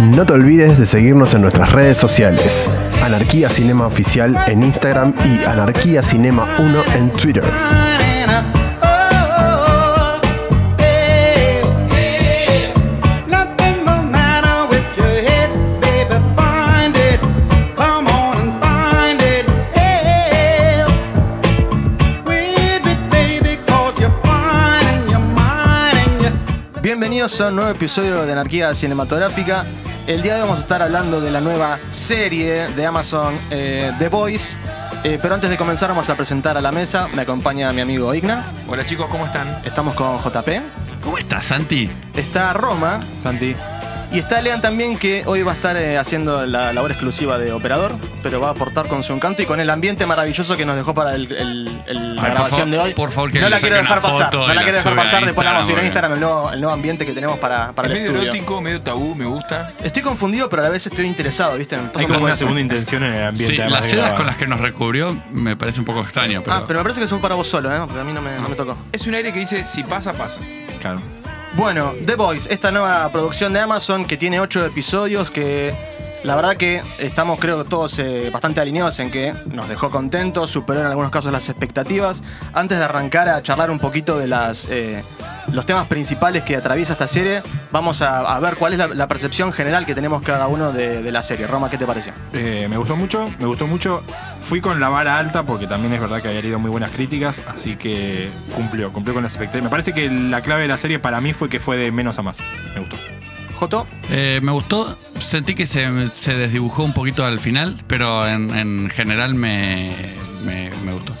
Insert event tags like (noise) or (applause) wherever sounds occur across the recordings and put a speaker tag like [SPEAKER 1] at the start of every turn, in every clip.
[SPEAKER 1] No te olvides de seguirnos en nuestras redes sociales. Anarquía Cinema Oficial en Instagram y Anarquía Cinema 1 en Twitter.
[SPEAKER 2] Bienvenidos a un nuevo episodio de Anarquía Cinematográfica. El día de hoy vamos a estar hablando de la nueva serie de Amazon eh, The Voice. Eh, pero antes de comenzar vamos a presentar a la mesa. Me acompaña mi amigo Igna.
[SPEAKER 3] Hola chicos, ¿cómo están?
[SPEAKER 2] Estamos con JP.
[SPEAKER 3] ¿Cómo estás, Santi?
[SPEAKER 2] Está Roma.
[SPEAKER 4] Santi.
[SPEAKER 2] Y está Lean también que hoy va a estar eh, haciendo la labor exclusiva de operador, pero va a aportar con su encanto y con el ambiente maravilloso que nos dejó para el, el- el- la
[SPEAKER 3] Ay, por
[SPEAKER 2] grabación de
[SPEAKER 3] favor,
[SPEAKER 2] hoy.
[SPEAKER 3] por favor, que
[SPEAKER 2] no
[SPEAKER 3] le
[SPEAKER 2] la quiero
[SPEAKER 3] saque una
[SPEAKER 2] dejar pasar,
[SPEAKER 3] foto
[SPEAKER 2] no
[SPEAKER 3] y
[SPEAKER 2] la
[SPEAKER 3] la
[SPEAKER 2] quiero dejar
[SPEAKER 3] sube a
[SPEAKER 2] pasar, después la vamos a subir en
[SPEAKER 3] Instagram,
[SPEAKER 2] Instagram, el nuevo, el nuevo ambiente que tenemos para, para
[SPEAKER 3] Es
[SPEAKER 2] el
[SPEAKER 3] medio
[SPEAKER 2] estudio.
[SPEAKER 3] erótico, medio tabú, me gusta.
[SPEAKER 2] Estoy confundido, pero a la vez estoy interesado, ¿viste? Me pasa
[SPEAKER 4] Hay
[SPEAKER 2] un poco
[SPEAKER 5] (laughs)
[SPEAKER 4] como una
[SPEAKER 2] eso.
[SPEAKER 4] segunda intención en el ambiente.
[SPEAKER 3] Sí,
[SPEAKER 4] además
[SPEAKER 3] las
[SPEAKER 4] de
[SPEAKER 3] sedas
[SPEAKER 4] grabar.
[SPEAKER 3] con las que nos recubrió me parece un poco extraño, pero...
[SPEAKER 2] Ah, pero me parece que son para vos solo, ¿eh? Porque a mí no me, no me tocó.
[SPEAKER 5] Es un aire que dice, si pasa, pasa.
[SPEAKER 4] Claro.
[SPEAKER 2] Bueno, The Voice, esta nueva producción de Amazon que tiene ocho episodios que la verdad que estamos creo que todos eh, bastante alineados en que nos dejó contentos, superó en algunos casos las expectativas. Antes de arrancar a charlar un poquito de las, eh, los temas principales que atraviesa esta serie, vamos a, a ver cuál es la, la percepción general que tenemos cada uno de, de la serie. Roma, ¿qué te pareció?
[SPEAKER 4] Eh, me gustó mucho, me gustó mucho. Fui con la vara alta porque también es verdad que había leído muy buenas críticas, así que cumplió, cumplió con las expectativas. Me parece que la clave de la serie para mí fue que fue de menos a más. Me gustó.
[SPEAKER 2] Joto,
[SPEAKER 3] Eh, me gustó, sentí que se, se desdibujó un poquito al final, pero en, en general me, me, me gustó.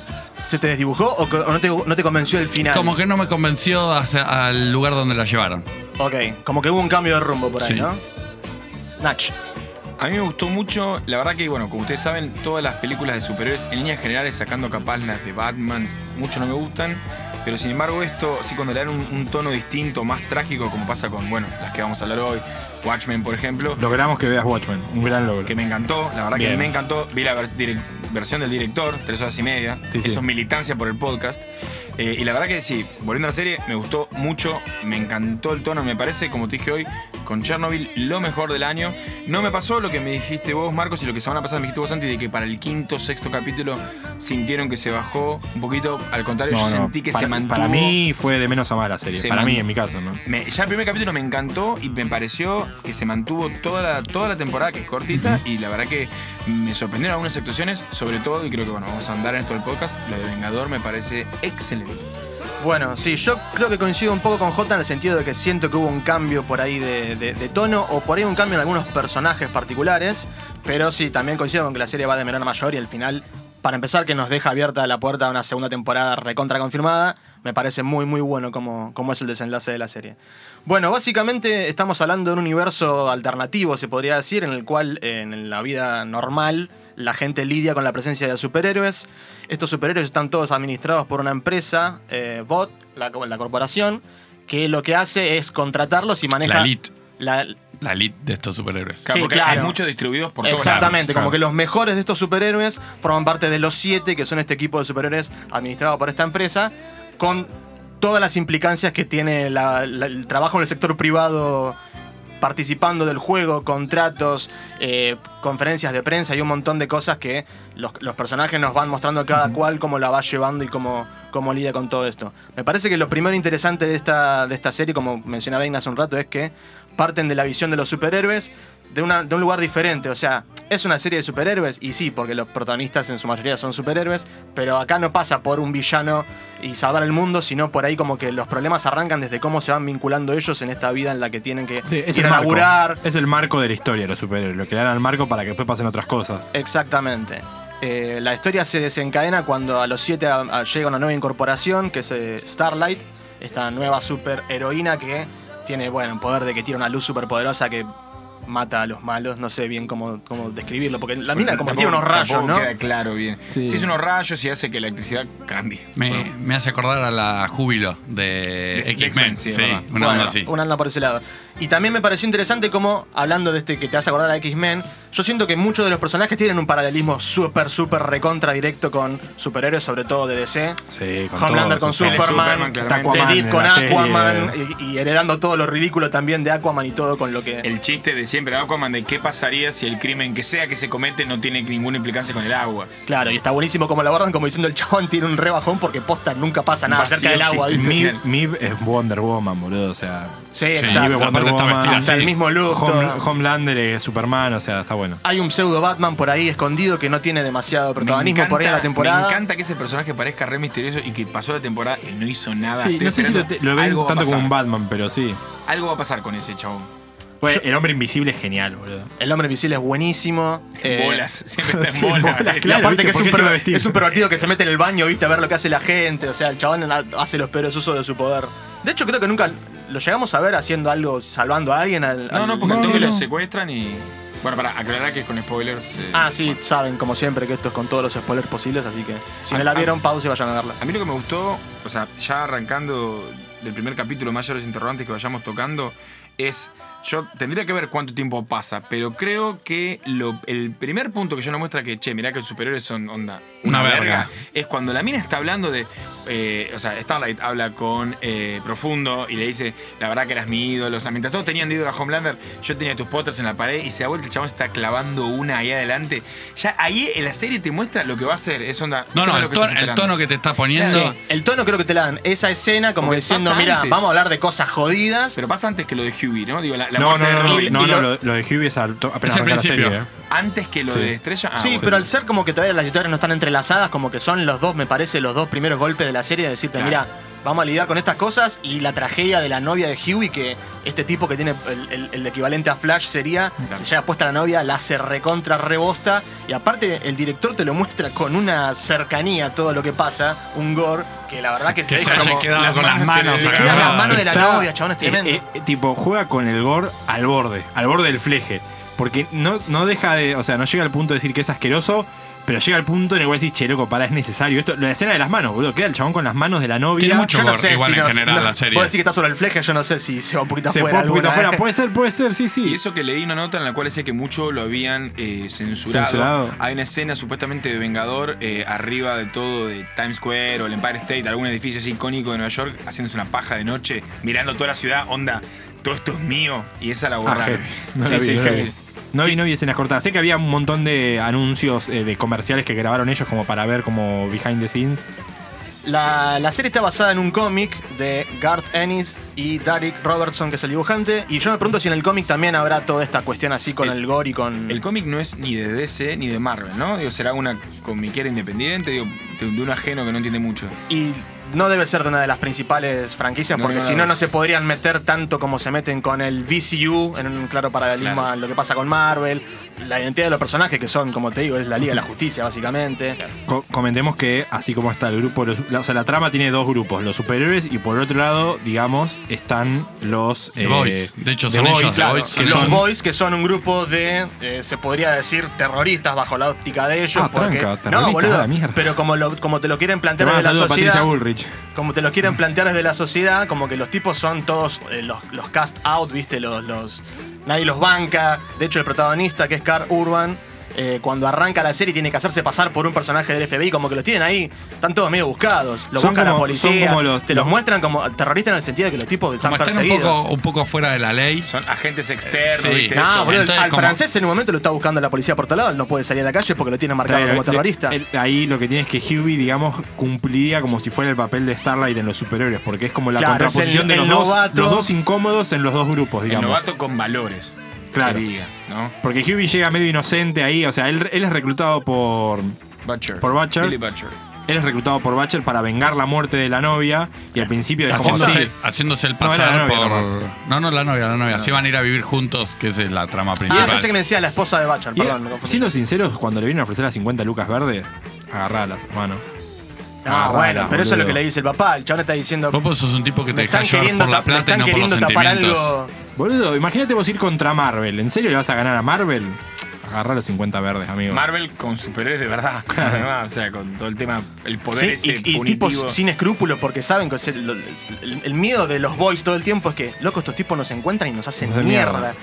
[SPEAKER 2] ¿se te desdibujó o, co- o no, te, no te convenció el final?
[SPEAKER 3] Como que no me convenció hacia- al lugar donde la llevaron.
[SPEAKER 2] Ok, como que hubo un cambio de rumbo por ahí,
[SPEAKER 3] Sí.
[SPEAKER 2] ¿no? Nach.
[SPEAKER 5] A mí me gustó mucho, la verdad que, bueno, como ustedes saben, todas las películas de superhéroes, en líneas generales, sacando capaz las de Batman, mucho no me gustan. Pero sin embargo, esto, sí, cuando le dan un, un tono distinto, más trágico, como pasa con, bueno, las que vamos a hablar hoy, Watchmen, por ejemplo,
[SPEAKER 4] Logramos que veas Watchmen, un gran logro.
[SPEAKER 5] que me encantó, la verdad que
[SPEAKER 4] Bien.
[SPEAKER 5] me encantó. Vi la vers- direc- versión del director, tres horas y media.
[SPEAKER 4] Sí, sí.
[SPEAKER 5] Eso es militancia por el podcast. Eh, y la verdad que sí, volviendo a la serie, me gustó mucho, me encantó el tono, me parece, como te dije hoy, con Chernobyl lo mejor del año. No me pasó lo que me dijiste vos, Marcos, y lo que semana pasada me dijiste vos, Santi, de que para el quinto, sexto capítulo sintieron que se bajó un poquito. Al contrario,
[SPEAKER 4] No,
[SPEAKER 5] yo
[SPEAKER 4] no,
[SPEAKER 5] sentí que
[SPEAKER 4] para,
[SPEAKER 5] se mantuvo.
[SPEAKER 4] Para mí fue de menos a más la serie.
[SPEAKER 5] Se
[SPEAKER 4] para mí,
[SPEAKER 5] man-
[SPEAKER 4] en mi caso, ¿no?
[SPEAKER 5] Me- ya el primer capítulo me encantó y me pareció que se mantuvo toda la, toda la temporada, que es cortita, y la verdad que me sorprendieron algunas actuaciones, sobre todo, y creo que bueno, vamos a andar en esto del podcast, lo de Vengador me parece excelente.
[SPEAKER 2] Bueno, sí, yo creo que coincido un poco con Jota en el sentido de que siento que hubo un cambio por ahí de, de- de tono o por ahí un cambio en algunos personajes particulares, pero sí, también coincido con que la serie va de menor a mayor y al final, para empezar, que nos deja abierta la puerta a una segunda temporada recontra confirmada, me parece muy muy bueno como, como es el desenlace de la serie. Bueno, básicamente estamos hablando de un universo alternativo, se podría decir, en el cual eh, en la vida normal la gente lidia con la presencia de superhéroes. Estos superhéroes están todos administrados por una empresa, eh, Bot, la, co- la corporación, que lo que hace es contratarlos y maneja...
[SPEAKER 3] La elite,
[SPEAKER 2] la-
[SPEAKER 3] la elite de estos superhéroes.
[SPEAKER 2] Sí,
[SPEAKER 5] porque
[SPEAKER 2] claro.
[SPEAKER 5] Hay muchos distribuidos por todos
[SPEAKER 2] Exactamente,
[SPEAKER 5] lados.
[SPEAKER 2] como que los mejores de estos superhéroes forman parte de los siete que son este equipo de superhéroes administrado por esta empresa, con todas las implicancias que tiene la- la- el trabajo en el sector privado, participando del juego, contratos, eh, conferencias de prensa y un montón de cosas que los, los personajes nos van mostrando cada cual cómo la va llevando y cómo, cómo lidia con todo esto. Me parece que lo primero interesante de esta, de esta serie, como mencionaba Ignacio hace un rato, es que parten de la visión de los superhéroes de, una- de un lugar diferente. O sea, es una serie de superhéroes y sí, porque los protagonistas en su mayoría son superhéroes, pero acá no pasa por un villano y salvar el mundo, sino por ahí como que los problemas arrancan desde cómo se van vinculando ellos en esta vida en la que tienen que
[SPEAKER 4] Sí, es
[SPEAKER 2] ir
[SPEAKER 4] el
[SPEAKER 2] a
[SPEAKER 4] marco.
[SPEAKER 2] laburar.
[SPEAKER 4] Es el marco de la historia, los superhéroes. Lo que dan al marco para que después pasen otras cosas.
[SPEAKER 2] Exactamente. Eh, la historia se desencadena cuando a los 7 llega una nueva incorporación, que es eh, Starlight, esta nueva superheroína que tiene, bueno, el poder de que tiene una luz superpoderosa que mata a los malos, no sé bien cómo, cómo describirlo, porque la mina como que tiene unos
[SPEAKER 5] Tampoco-
[SPEAKER 2] rayos,
[SPEAKER 5] tampoco
[SPEAKER 2] ¿no?
[SPEAKER 5] queda claro bien.
[SPEAKER 4] Sí.
[SPEAKER 5] Sí. es unos rayos y hace que la electricidad cambie.
[SPEAKER 3] Me,
[SPEAKER 5] Bueno,
[SPEAKER 3] me hace acordar a la Júbilo
[SPEAKER 5] De-
[SPEAKER 3] de,
[SPEAKER 5] de
[SPEAKER 3] X-Men.
[SPEAKER 5] X-Men, sí,
[SPEAKER 3] Sí,
[SPEAKER 5] es verdad.
[SPEAKER 3] una onda
[SPEAKER 5] Bueno,
[SPEAKER 3] así.
[SPEAKER 2] Una anda por ese lado. Y también me pareció interesante como, hablando de este que te hace acordar a X-Men, Yo siento que muchos de los personajes tienen un paralelismo súper, súper recontra directo con superhéroes, sobre todo de DC.
[SPEAKER 4] Sí, con
[SPEAKER 2] Homelander
[SPEAKER 4] todo,
[SPEAKER 2] con
[SPEAKER 4] sí, sí.
[SPEAKER 2] Superman,
[SPEAKER 5] Superman, claramente.
[SPEAKER 2] Aquaman, Edith con
[SPEAKER 4] en la serie.
[SPEAKER 2] Aquaman y, y heredando todo lo ridículo también de Aquaman y todo con lo que...
[SPEAKER 5] El chiste de siempre de Aquaman de qué pasaría si el crimen que sea que se comete no tiene ninguna implicancia con el agua.
[SPEAKER 2] Claro, y está buenísimo como lo abordan, como diciendo el chabón tiene un rebajón porque posta nunca pasa nada
[SPEAKER 5] Vacío
[SPEAKER 2] cerca del agua.
[SPEAKER 5] existe.
[SPEAKER 2] ¿viste?
[SPEAKER 4] Mib, Mib es Wonder Woman, boludo. O sea.
[SPEAKER 2] Sí,
[SPEAKER 3] Sí,
[SPEAKER 2] exacto.
[SPEAKER 3] aparte
[SPEAKER 4] Wonder
[SPEAKER 3] está
[SPEAKER 4] Woman.
[SPEAKER 3] vestida
[SPEAKER 2] Hasta
[SPEAKER 3] así.
[SPEAKER 2] el mismo look.
[SPEAKER 4] Home-
[SPEAKER 2] todo.
[SPEAKER 4] Homelander es Superman, o sea, está bueno.
[SPEAKER 2] Hay un pseudo Batman por ahí escondido que no tiene demasiado protagonismo por ahí en la temporada.
[SPEAKER 5] me encanta que ese personaje parezca re misterioso y que pasó la temporada y no hizo nada.
[SPEAKER 4] Sí,
[SPEAKER 5] Estoy
[SPEAKER 4] no sé si lo,
[SPEAKER 5] esperando-
[SPEAKER 4] lo ven
[SPEAKER 5] Ah, algo va a
[SPEAKER 4] tanto como un
[SPEAKER 5] pasar.
[SPEAKER 4] Batman, pero sí.
[SPEAKER 5] Algo va a pasar con ese chabón.
[SPEAKER 4] Bueno, el hombre invisible es genial, boludo.
[SPEAKER 2] El hombre invisible es buenísimo. eh, (laughs)
[SPEAKER 5] bolas, siempre está en
[SPEAKER 4] sí,
[SPEAKER 5] bolas.
[SPEAKER 4] bolas,
[SPEAKER 5] eh.
[SPEAKER 2] Y aparte
[SPEAKER 4] ¿viste?
[SPEAKER 2] que es
[SPEAKER 4] ¿Por
[SPEAKER 2] un,
[SPEAKER 4] qué se
[SPEAKER 2] pro-
[SPEAKER 4] va a vestir?
[SPEAKER 2] es un proactivo que se mete en el baño, viste, a ver lo que hace la gente. O sea, el chabón ha- hace los peores usos de su poder. De hecho, creo que nunca lo llegamos a ver haciendo algo, salvando a alguien. Al,
[SPEAKER 5] No,
[SPEAKER 2] al-
[SPEAKER 5] no, porque
[SPEAKER 4] No,
[SPEAKER 5] al toque
[SPEAKER 4] no.
[SPEAKER 5] lo secuestran y. Bueno, para aclarar que es con spoilers. eh,
[SPEAKER 2] Ah, sí, saben, como siempre, que esto es con todos los spoilers posibles, así que si no
[SPEAKER 5] Ah,
[SPEAKER 2] la
[SPEAKER 5] ah.
[SPEAKER 2] vieron, pausa y vayan a verla.
[SPEAKER 5] A mí lo que me gustó, o sea, ya arrancando del primer capítulo, más allá de los interrogantes que vayamos tocando, es. Yo tendría que ver cuánto tiempo pasa, pero creo que lo- el primer punto que yo nos muestra que, che, mirá que los superiores son onda.
[SPEAKER 3] Una verga.
[SPEAKER 5] Es cuando la mina está hablando de. eh, o sea, Starlight habla con eh, Profundo y le dice, la verdad que eras mi ídolo. O sea, mientras todos tenían de ídolo a Homelander, yo tenía tus pósters en la pared y se da vuelta el chabón está clavando una ahí adelante. Ya ahí en la serie te muestra lo que va a hacer. Es onda. esto
[SPEAKER 3] No, no,
[SPEAKER 5] es
[SPEAKER 3] el,
[SPEAKER 5] lo que
[SPEAKER 3] tono-
[SPEAKER 5] estás
[SPEAKER 3] el
[SPEAKER 5] esperando.
[SPEAKER 3] tono que te está poniendo.
[SPEAKER 2] Sí, el tono creo que te la dan. Esa escena como
[SPEAKER 5] Porque
[SPEAKER 2] diciendo,
[SPEAKER 5] pasa
[SPEAKER 2] mira,
[SPEAKER 5] antes".
[SPEAKER 2] vamos a hablar de cosas jodidas.
[SPEAKER 5] Pero pasa antes que lo de Huey, ¿no? Digo, la, la
[SPEAKER 4] No, no,
[SPEAKER 5] muerte
[SPEAKER 4] no,
[SPEAKER 5] de
[SPEAKER 4] no,
[SPEAKER 5] Rick,
[SPEAKER 4] no,
[SPEAKER 2] y
[SPEAKER 4] no,
[SPEAKER 2] lo-
[SPEAKER 4] lo, lo de Hughie es al to- apenas
[SPEAKER 3] Es el
[SPEAKER 4] arranca la
[SPEAKER 3] principio.
[SPEAKER 4] serie. eh.
[SPEAKER 5] antes que lo
[SPEAKER 4] Sí.
[SPEAKER 5] de Estrella. Ah,
[SPEAKER 2] sí,
[SPEAKER 5] bueno.
[SPEAKER 2] pero al ser como que todavía las historias no están entrelazadas, como que son los dos, me parece, los dos primeros golpes de la serie, de decirte,
[SPEAKER 5] Claro.
[SPEAKER 2] mira, vamos a lidiar con estas cosas y la tragedia de la novia de Huey, que este tipo que tiene el, el- el equivalente a Flash sería,
[SPEAKER 5] Claro.
[SPEAKER 2] se lleva puesta la novia, la hace recontra, rebosta, y aparte el director te lo muestra con una cercanía todo lo que pasa, un gore, que la verdad que
[SPEAKER 3] (laughs)
[SPEAKER 2] te
[SPEAKER 3] Que se
[SPEAKER 2] deja
[SPEAKER 3] haya
[SPEAKER 2] como...
[SPEAKER 3] quedado
[SPEAKER 5] las
[SPEAKER 3] con las
[SPEAKER 5] manos
[SPEAKER 3] manos
[SPEAKER 5] se le
[SPEAKER 2] Queda
[SPEAKER 3] agarradas.
[SPEAKER 2] la mano de la
[SPEAKER 4] Está-
[SPEAKER 2] novia, chabón, es tremendo.
[SPEAKER 4] eh, eh, tipo, juega con el gore al borde, al borde del fleje. Porque no, no deja de. O sea, no llega al punto de decir que es asqueroso, pero llega al punto en el cual decís, che, loco, para, es necesario. Esto, la escena de las manos, boludo. Queda el chabón con las manos de la novia.
[SPEAKER 3] Tiene mucho gore, igual en
[SPEAKER 2] no-
[SPEAKER 3] general
[SPEAKER 2] no-
[SPEAKER 3] la serie.
[SPEAKER 2] Vos decís que está sobre el fleje, yo no sé si se va un poquito
[SPEAKER 4] Se fue
[SPEAKER 2] afuera.
[SPEAKER 4] un poquito
[SPEAKER 2] alguna,
[SPEAKER 4] afuera.
[SPEAKER 2] ¿eh?
[SPEAKER 4] Puede ser, puede ser, sí, sí.
[SPEAKER 5] Y eso que leí una nota en la cual decía que mucho lo habían eh, censurado.
[SPEAKER 4] Censurado.
[SPEAKER 5] Hay una escena supuestamente de Vengador eh, arriba de todo de Times Square o el Empire State, algún edificio así icónico de Nueva York, haciéndose una paja de noche, mirando toda la ciudad, onda, todo esto es mío. Y esa la
[SPEAKER 4] Ah,
[SPEAKER 5] borraron.
[SPEAKER 4] je, no la vi, no la vi. No vi, no vi escenas cortadas. Sé que había un montón de anuncios eh, de comerciales que grabaron ellos como para ver como behind the scenes.
[SPEAKER 2] La, la serie está basada en un cómic de Garth Ennis y Derek Robertson, que es el dibujante. Y yo me pregunto si en el cómic también habrá toda esta cuestión así con el,
[SPEAKER 5] El-
[SPEAKER 2] gore y con.
[SPEAKER 5] El cómic no es ni de DC ni de Marvel, ¿no? Digo, será una comiquera independiente, digo, de, de un ajeno que no entiende mucho.
[SPEAKER 2] y no debe ser de una de las principales franquicias,
[SPEAKER 5] No,
[SPEAKER 2] porque
[SPEAKER 5] no,
[SPEAKER 2] si no,
[SPEAKER 5] no.
[SPEAKER 2] no se podrían meter tanto como se meten con el VCU, en un claro paralelismo
[SPEAKER 5] Claro.
[SPEAKER 2] a lo que pasa con Marvel. La identidad de los personajes, que son, como te digo, es la Liga de la Justicia, básicamente.
[SPEAKER 4] Co- comentemos que así como está el grupo, los- la, o sea, la trama tiene dos grupos, los superhéroes y por otro lado, digamos, están los... eh,
[SPEAKER 3] The Boys. De hecho, son ellos, The Boys,
[SPEAKER 4] que
[SPEAKER 2] los
[SPEAKER 4] son-
[SPEAKER 2] Boys, que son un grupo de, eh, se podría decir, terroristas bajo la óptica de ellos.
[SPEAKER 4] Ah,
[SPEAKER 2] porque,
[SPEAKER 4] tranca, terroristas,
[SPEAKER 2] no, boludo,
[SPEAKER 4] a la mierda.
[SPEAKER 2] pero como, lo- como te lo quieren
[SPEAKER 4] Te
[SPEAKER 2] plantear
[SPEAKER 4] mando
[SPEAKER 2] desde la
[SPEAKER 4] saludos,
[SPEAKER 2] sociedad,
[SPEAKER 4] Patricia Bullrich.
[SPEAKER 2] como te lo quieren plantear desde la sociedad, como que los tipos son todos eh, los, los cast out, viste, los, los- nadie los banca. De hecho, el protagonista, que es Carl Urban, eh, cuando arranca la serie tiene que hacerse pasar por un personaje del FBI, como que los tienen ahí, están todos medio buscados, los
[SPEAKER 4] Son
[SPEAKER 2] buscan la
[SPEAKER 4] como-
[SPEAKER 2] policía,
[SPEAKER 4] son como los-
[SPEAKER 2] te los
[SPEAKER 4] los-
[SPEAKER 2] muestran como terroristas en el sentido de que los tipos están
[SPEAKER 3] Como están un
[SPEAKER 2] perseguidos.
[SPEAKER 3] poco, un poco fuera de la ley.
[SPEAKER 5] Son agentes externos,
[SPEAKER 3] Sí.
[SPEAKER 5] ¿viste?
[SPEAKER 2] Eh, No,
[SPEAKER 5] Eso.
[SPEAKER 2] Ah, boludo,
[SPEAKER 3] Entonces,
[SPEAKER 2] al
[SPEAKER 3] como-
[SPEAKER 2] francés en un momento lo está buscando la policía por todos lados, no puede salir a la calle porque lo tiene marcado
[SPEAKER 4] Claro,
[SPEAKER 2] como
[SPEAKER 4] le-
[SPEAKER 2] terrorista.
[SPEAKER 4] el- ahí lo que tiene es que Huey, digamos, cumpliría como si fuera el papel de Starlight en los superhéroes, porque es como la
[SPEAKER 2] Claro, es el-
[SPEAKER 4] contraposición
[SPEAKER 2] el
[SPEAKER 4] de los dos,
[SPEAKER 2] novato.
[SPEAKER 4] los dos incómodos en los dos grupos,
[SPEAKER 5] El
[SPEAKER 4] digamos.
[SPEAKER 5] novato con valores.
[SPEAKER 4] Claro.
[SPEAKER 5] sería, ¿no?
[SPEAKER 4] Porque Huey llega medio inocente ahí, o sea, él, él es reclutado por.
[SPEAKER 5] Butcher.
[SPEAKER 4] Por Butcher.
[SPEAKER 5] Billy Butcher.
[SPEAKER 4] Él es reclutado por Butcher para vengar la muerte de la novia. Y
[SPEAKER 3] Eh,
[SPEAKER 4] al principio es como.
[SPEAKER 3] Haciéndose,
[SPEAKER 4] sí,
[SPEAKER 3] haciéndose el
[SPEAKER 4] No, era la
[SPEAKER 3] pasar
[SPEAKER 4] novia
[SPEAKER 3] por. No, no, la novia, la novia. Así van a ir a vivir juntos, que esa es la trama
[SPEAKER 2] Ah,
[SPEAKER 3] principal.
[SPEAKER 2] pensé que me decía la esposa de Bachar,
[SPEAKER 4] Y,
[SPEAKER 2] perdón, me confundí.
[SPEAKER 4] siendo sinceros, cuando le vienen a ofrecer las 50 lucas verdes, agarralas, hermano.
[SPEAKER 2] Ah, bueno,
[SPEAKER 4] Agarralas,
[SPEAKER 2] pero eso es lo
[SPEAKER 4] boludo.
[SPEAKER 2] que le dice el papá. El chabón está diciendo.
[SPEAKER 3] Vos pues, sos un tipo que te
[SPEAKER 2] Me
[SPEAKER 3] deja
[SPEAKER 2] están
[SPEAKER 3] llevar
[SPEAKER 2] queriendo,
[SPEAKER 3] por la
[SPEAKER 2] tap- me
[SPEAKER 3] plata y
[SPEAKER 2] están
[SPEAKER 3] no por los
[SPEAKER 2] queriendo tapar
[SPEAKER 3] sentimientos.
[SPEAKER 2] algo.
[SPEAKER 4] Boludo, imagínate vos ir contra Marvel. ¿En serio le vas a ganar a Marvel? Agarra los 50 verdes, amigo.
[SPEAKER 5] Marvel con superhéroes de verdad. (laughs) con los demás, o sea, con todo el tema, el poder
[SPEAKER 2] Sí,
[SPEAKER 5] ese
[SPEAKER 2] y, y
[SPEAKER 5] punitivo.
[SPEAKER 2] tipos sin escrúpulos porque saben que es el, el- el miedo de los boys todo el tiempo es que, loco, estos tipos nos encuentran y nos hacen
[SPEAKER 4] Nos hacen
[SPEAKER 2] mierda.
[SPEAKER 4] mierda.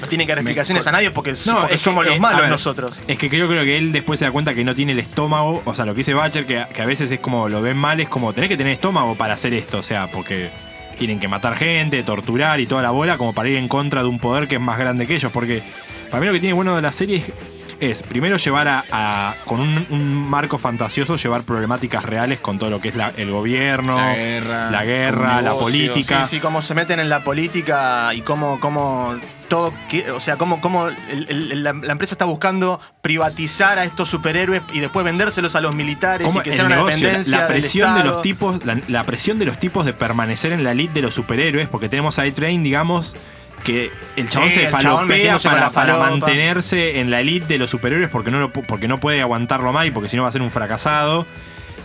[SPEAKER 2] No tiene que dar explicaciones a nadie porque,
[SPEAKER 4] No,
[SPEAKER 2] porque
[SPEAKER 4] es que,
[SPEAKER 2] somos
[SPEAKER 4] eh,
[SPEAKER 2] los
[SPEAKER 4] a
[SPEAKER 2] malos
[SPEAKER 4] ver,
[SPEAKER 2] nosotros.
[SPEAKER 4] Es que creo, creo que él después se da cuenta que no tiene el estómago. O sea, lo que dice Batcher, que, a- que a veces es como lo ven mal, es como tenés que tener estómago para hacer esto. O sea, porque tienen que matar gente, torturar y toda la bola, como para ir en contra de un poder que es más grande que ellos. Porque para mí lo que tiene bueno de la serie es. es, primero llevar a, a- con un, un marco fantasioso, llevar problemáticas reales con todo lo que es la- el gobierno,
[SPEAKER 5] La guerra,
[SPEAKER 4] la, guerra, la
[SPEAKER 5] negocios,
[SPEAKER 4] política.
[SPEAKER 2] Sí, sí, cómo se meten en la política y cómo, cómo todo, que- o sea, cómo, cómo el- el- la, la empresa está buscando privatizar a estos superhéroes y después vendérselos a los militares
[SPEAKER 4] Como
[SPEAKER 2] y que
[SPEAKER 4] el
[SPEAKER 2] sea una
[SPEAKER 4] negocio, la-
[SPEAKER 2] dependencia
[SPEAKER 4] la
[SPEAKER 2] del
[SPEAKER 4] presión de
[SPEAKER 2] Estado.
[SPEAKER 4] los tipos la, la presión de los tipos de permanecer en la elite de los superhéroes porque tenemos a train digamos que el chabón
[SPEAKER 2] Sí,
[SPEAKER 4] se
[SPEAKER 2] el chabón
[SPEAKER 4] falopea
[SPEAKER 2] metiéndose con
[SPEAKER 4] para,
[SPEAKER 2] la
[SPEAKER 4] para
[SPEAKER 2] falopa.
[SPEAKER 4] mantenerse en la elite de los superhéroes porque no lo pu- porque no puede aguantarlo mal y porque si no va a ser un fracasado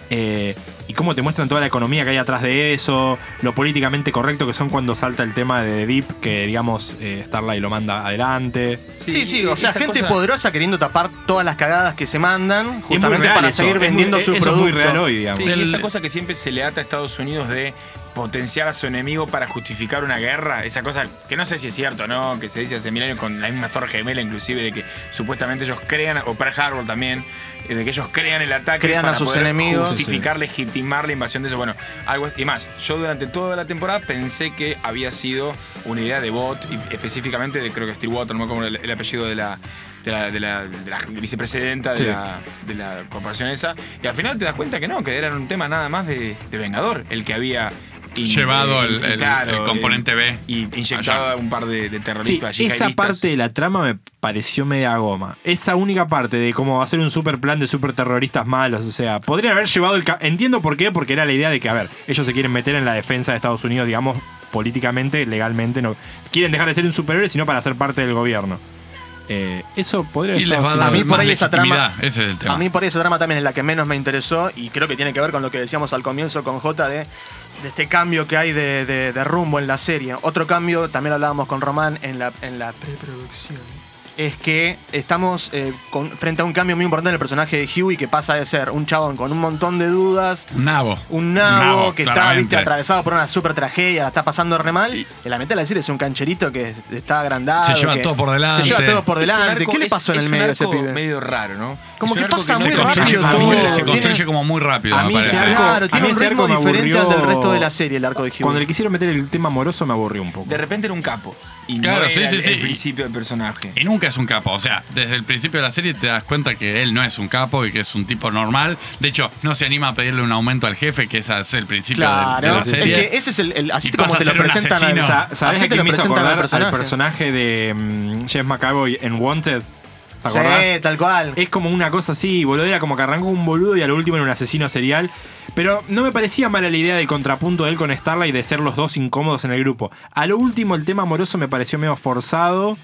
[SPEAKER 4] Eh, y cómo te muestran toda la economía que hay atrás de eso, lo políticamente correcto que son cuando salta el tema de Deep, que digamos eh, Starlight lo manda adelante.
[SPEAKER 2] Sí, sí, o sea,
[SPEAKER 5] esas
[SPEAKER 2] gente
[SPEAKER 5] cosas-
[SPEAKER 2] poderosa queriendo tapar todas las cagadas que se mandan
[SPEAKER 4] Y es muy
[SPEAKER 2] justamente
[SPEAKER 4] real
[SPEAKER 2] para
[SPEAKER 4] eso,
[SPEAKER 2] seguir
[SPEAKER 4] es muy-
[SPEAKER 2] vendiendo su
[SPEAKER 4] eso
[SPEAKER 2] producto.
[SPEAKER 4] Es muy real hoy, digamos.
[SPEAKER 5] Sí,
[SPEAKER 3] Del-
[SPEAKER 5] y esa cosa que siempre se le ata a Estados Unidos de potenciar a su enemigo para justificar una guerra, esa cosa que no sé si es cierto o no, que se dice hace mil años con la misma Torre Gemela inclusive, de que supuestamente ellos crean, o Pearl Harbor también, eh, de que ellos crean el ataque
[SPEAKER 2] Crean a
[SPEAKER 5] para
[SPEAKER 2] sus
[SPEAKER 5] poder
[SPEAKER 2] enemigos.
[SPEAKER 5] justificar, legitimar la invasión de eso, bueno, algo y más, yo durante toda la temporada pensé que había sido una idea de bot, y específicamente de creo que Steve Water, no me acuerdo el, el apellido de la... De la, de la- de la vicepresidenta de,
[SPEAKER 4] Sí.
[SPEAKER 5] la, de la corporación esa. Y al final te das cuenta que no, que era un tema nada más de, de Vengador, el que había in-
[SPEAKER 3] Llevado
[SPEAKER 5] in-
[SPEAKER 3] el- el- el componente B
[SPEAKER 5] Y inyectado
[SPEAKER 3] allá.
[SPEAKER 5] a un par de, de
[SPEAKER 4] Sí,
[SPEAKER 5] terroristas.
[SPEAKER 4] esa
[SPEAKER 5] yihadistas.
[SPEAKER 4] parte de la trama me pareció media goma. Esa única parte de cómo hacer un super plan de super terroristas malos. O sea, podrían haber llevado el. ca- Entiendo por qué, porque era la idea de que, a ver, ellos se quieren meter en la defensa de Estados Unidos, digamos, políticamente, legalmente. no Quieren dejar de ser un superhéroe, sino para ser parte del gobierno. Eh, eso podría haber
[SPEAKER 3] Y les
[SPEAKER 4] estado
[SPEAKER 3] va a dar
[SPEAKER 4] haciendo
[SPEAKER 2] A mí
[SPEAKER 4] eso.
[SPEAKER 2] por
[SPEAKER 3] más
[SPEAKER 2] ahí esa
[SPEAKER 3] legitimidad,
[SPEAKER 2] trama.
[SPEAKER 3] ese es el tema.
[SPEAKER 2] A mí por ahí esa trama también es la que menos me interesó y creo que tiene que ver con lo que decíamos al comienzo con J de, de este cambio que hay de, de- de rumbo en la serie. Otro cambio, también hablábamos con Román en la, en la preproducción, es que estamos eh, con- frente a un cambio muy importante en el personaje de Huey que pasa de ser un chabón con un montón de dudas.
[SPEAKER 3] Un nabo.
[SPEAKER 2] Un nabo, que está
[SPEAKER 3] claramente.
[SPEAKER 2] viste, atravesado por una super tragedia, la está pasando re mal. Y la mitad de la serie es un cancherito que está agrandado.
[SPEAKER 3] Se lleva
[SPEAKER 2] que-
[SPEAKER 3] todo por delante.
[SPEAKER 2] Se lleva todo por
[SPEAKER 5] Es un
[SPEAKER 2] delante.
[SPEAKER 5] arco-
[SPEAKER 2] ¿Qué le
[SPEAKER 5] es-
[SPEAKER 2] pasó en
[SPEAKER 5] es
[SPEAKER 2] el
[SPEAKER 5] un
[SPEAKER 2] medio a ese
[SPEAKER 5] arco
[SPEAKER 2] pibe?
[SPEAKER 5] medio raro, ¿no?
[SPEAKER 2] Como
[SPEAKER 5] Es un
[SPEAKER 2] que
[SPEAKER 5] arco
[SPEAKER 2] pasa
[SPEAKER 5] no
[SPEAKER 3] se
[SPEAKER 2] muy
[SPEAKER 5] se
[SPEAKER 3] construye,
[SPEAKER 2] rápido
[SPEAKER 5] consigue.
[SPEAKER 2] todo.
[SPEAKER 3] se construye
[SPEAKER 2] Tiene-
[SPEAKER 3] como muy rápido,
[SPEAKER 4] A
[SPEAKER 3] me
[SPEAKER 4] mí ese
[SPEAKER 3] parece.
[SPEAKER 4] arco-
[SPEAKER 2] Claro,
[SPEAKER 4] a
[SPEAKER 2] tiene
[SPEAKER 4] mí
[SPEAKER 2] un
[SPEAKER 4] ese
[SPEAKER 2] ritmo
[SPEAKER 4] arco me
[SPEAKER 2] diferente al del
[SPEAKER 4] aburrió-
[SPEAKER 2] resto de la serie, el arco de Huey.
[SPEAKER 4] Cuando le quisieron meter el tema amoroso, me aburrió un poco.
[SPEAKER 5] De repente era un capo. Y
[SPEAKER 3] Claro,
[SPEAKER 5] no
[SPEAKER 3] sí,
[SPEAKER 5] era
[SPEAKER 3] sí,
[SPEAKER 5] el,
[SPEAKER 3] sí.
[SPEAKER 5] el principio del personaje.
[SPEAKER 3] Y nunca es un capo. O sea, desde el principio de la serie te das cuenta que él no es un capo y que es un tipo normal. De hecho, no se anima a pedirle un aumento al jefe, que ese es el principio de-
[SPEAKER 2] claro,
[SPEAKER 3] de, la
[SPEAKER 2] es
[SPEAKER 3] serie.
[SPEAKER 2] que ese es el, el- así
[SPEAKER 3] Y
[SPEAKER 2] como te
[SPEAKER 3] pasa a
[SPEAKER 2] lo
[SPEAKER 3] ser un
[SPEAKER 2] presentan al,
[SPEAKER 3] asesino.
[SPEAKER 4] Sa- ¿Sabés
[SPEAKER 2] así
[SPEAKER 4] a
[SPEAKER 2] te
[SPEAKER 4] quién
[SPEAKER 2] lo
[SPEAKER 4] me hizo
[SPEAKER 2] presentan
[SPEAKER 4] acordar?
[SPEAKER 2] personaje.
[SPEAKER 4] Al personaje de mm, Jeff McAvoy en Wanted. ¿Te acordás? Eh,
[SPEAKER 2] Sí, tal cual.
[SPEAKER 4] Es como una cosa así, boludo. Era como que arrancó un boludo y al último era un asesino serial. Pero no me parecía mala la idea del contrapunto de él con Starlight de ser los dos incómodos en el grupo. A lo último, el tema amoroso me pareció medio forzado.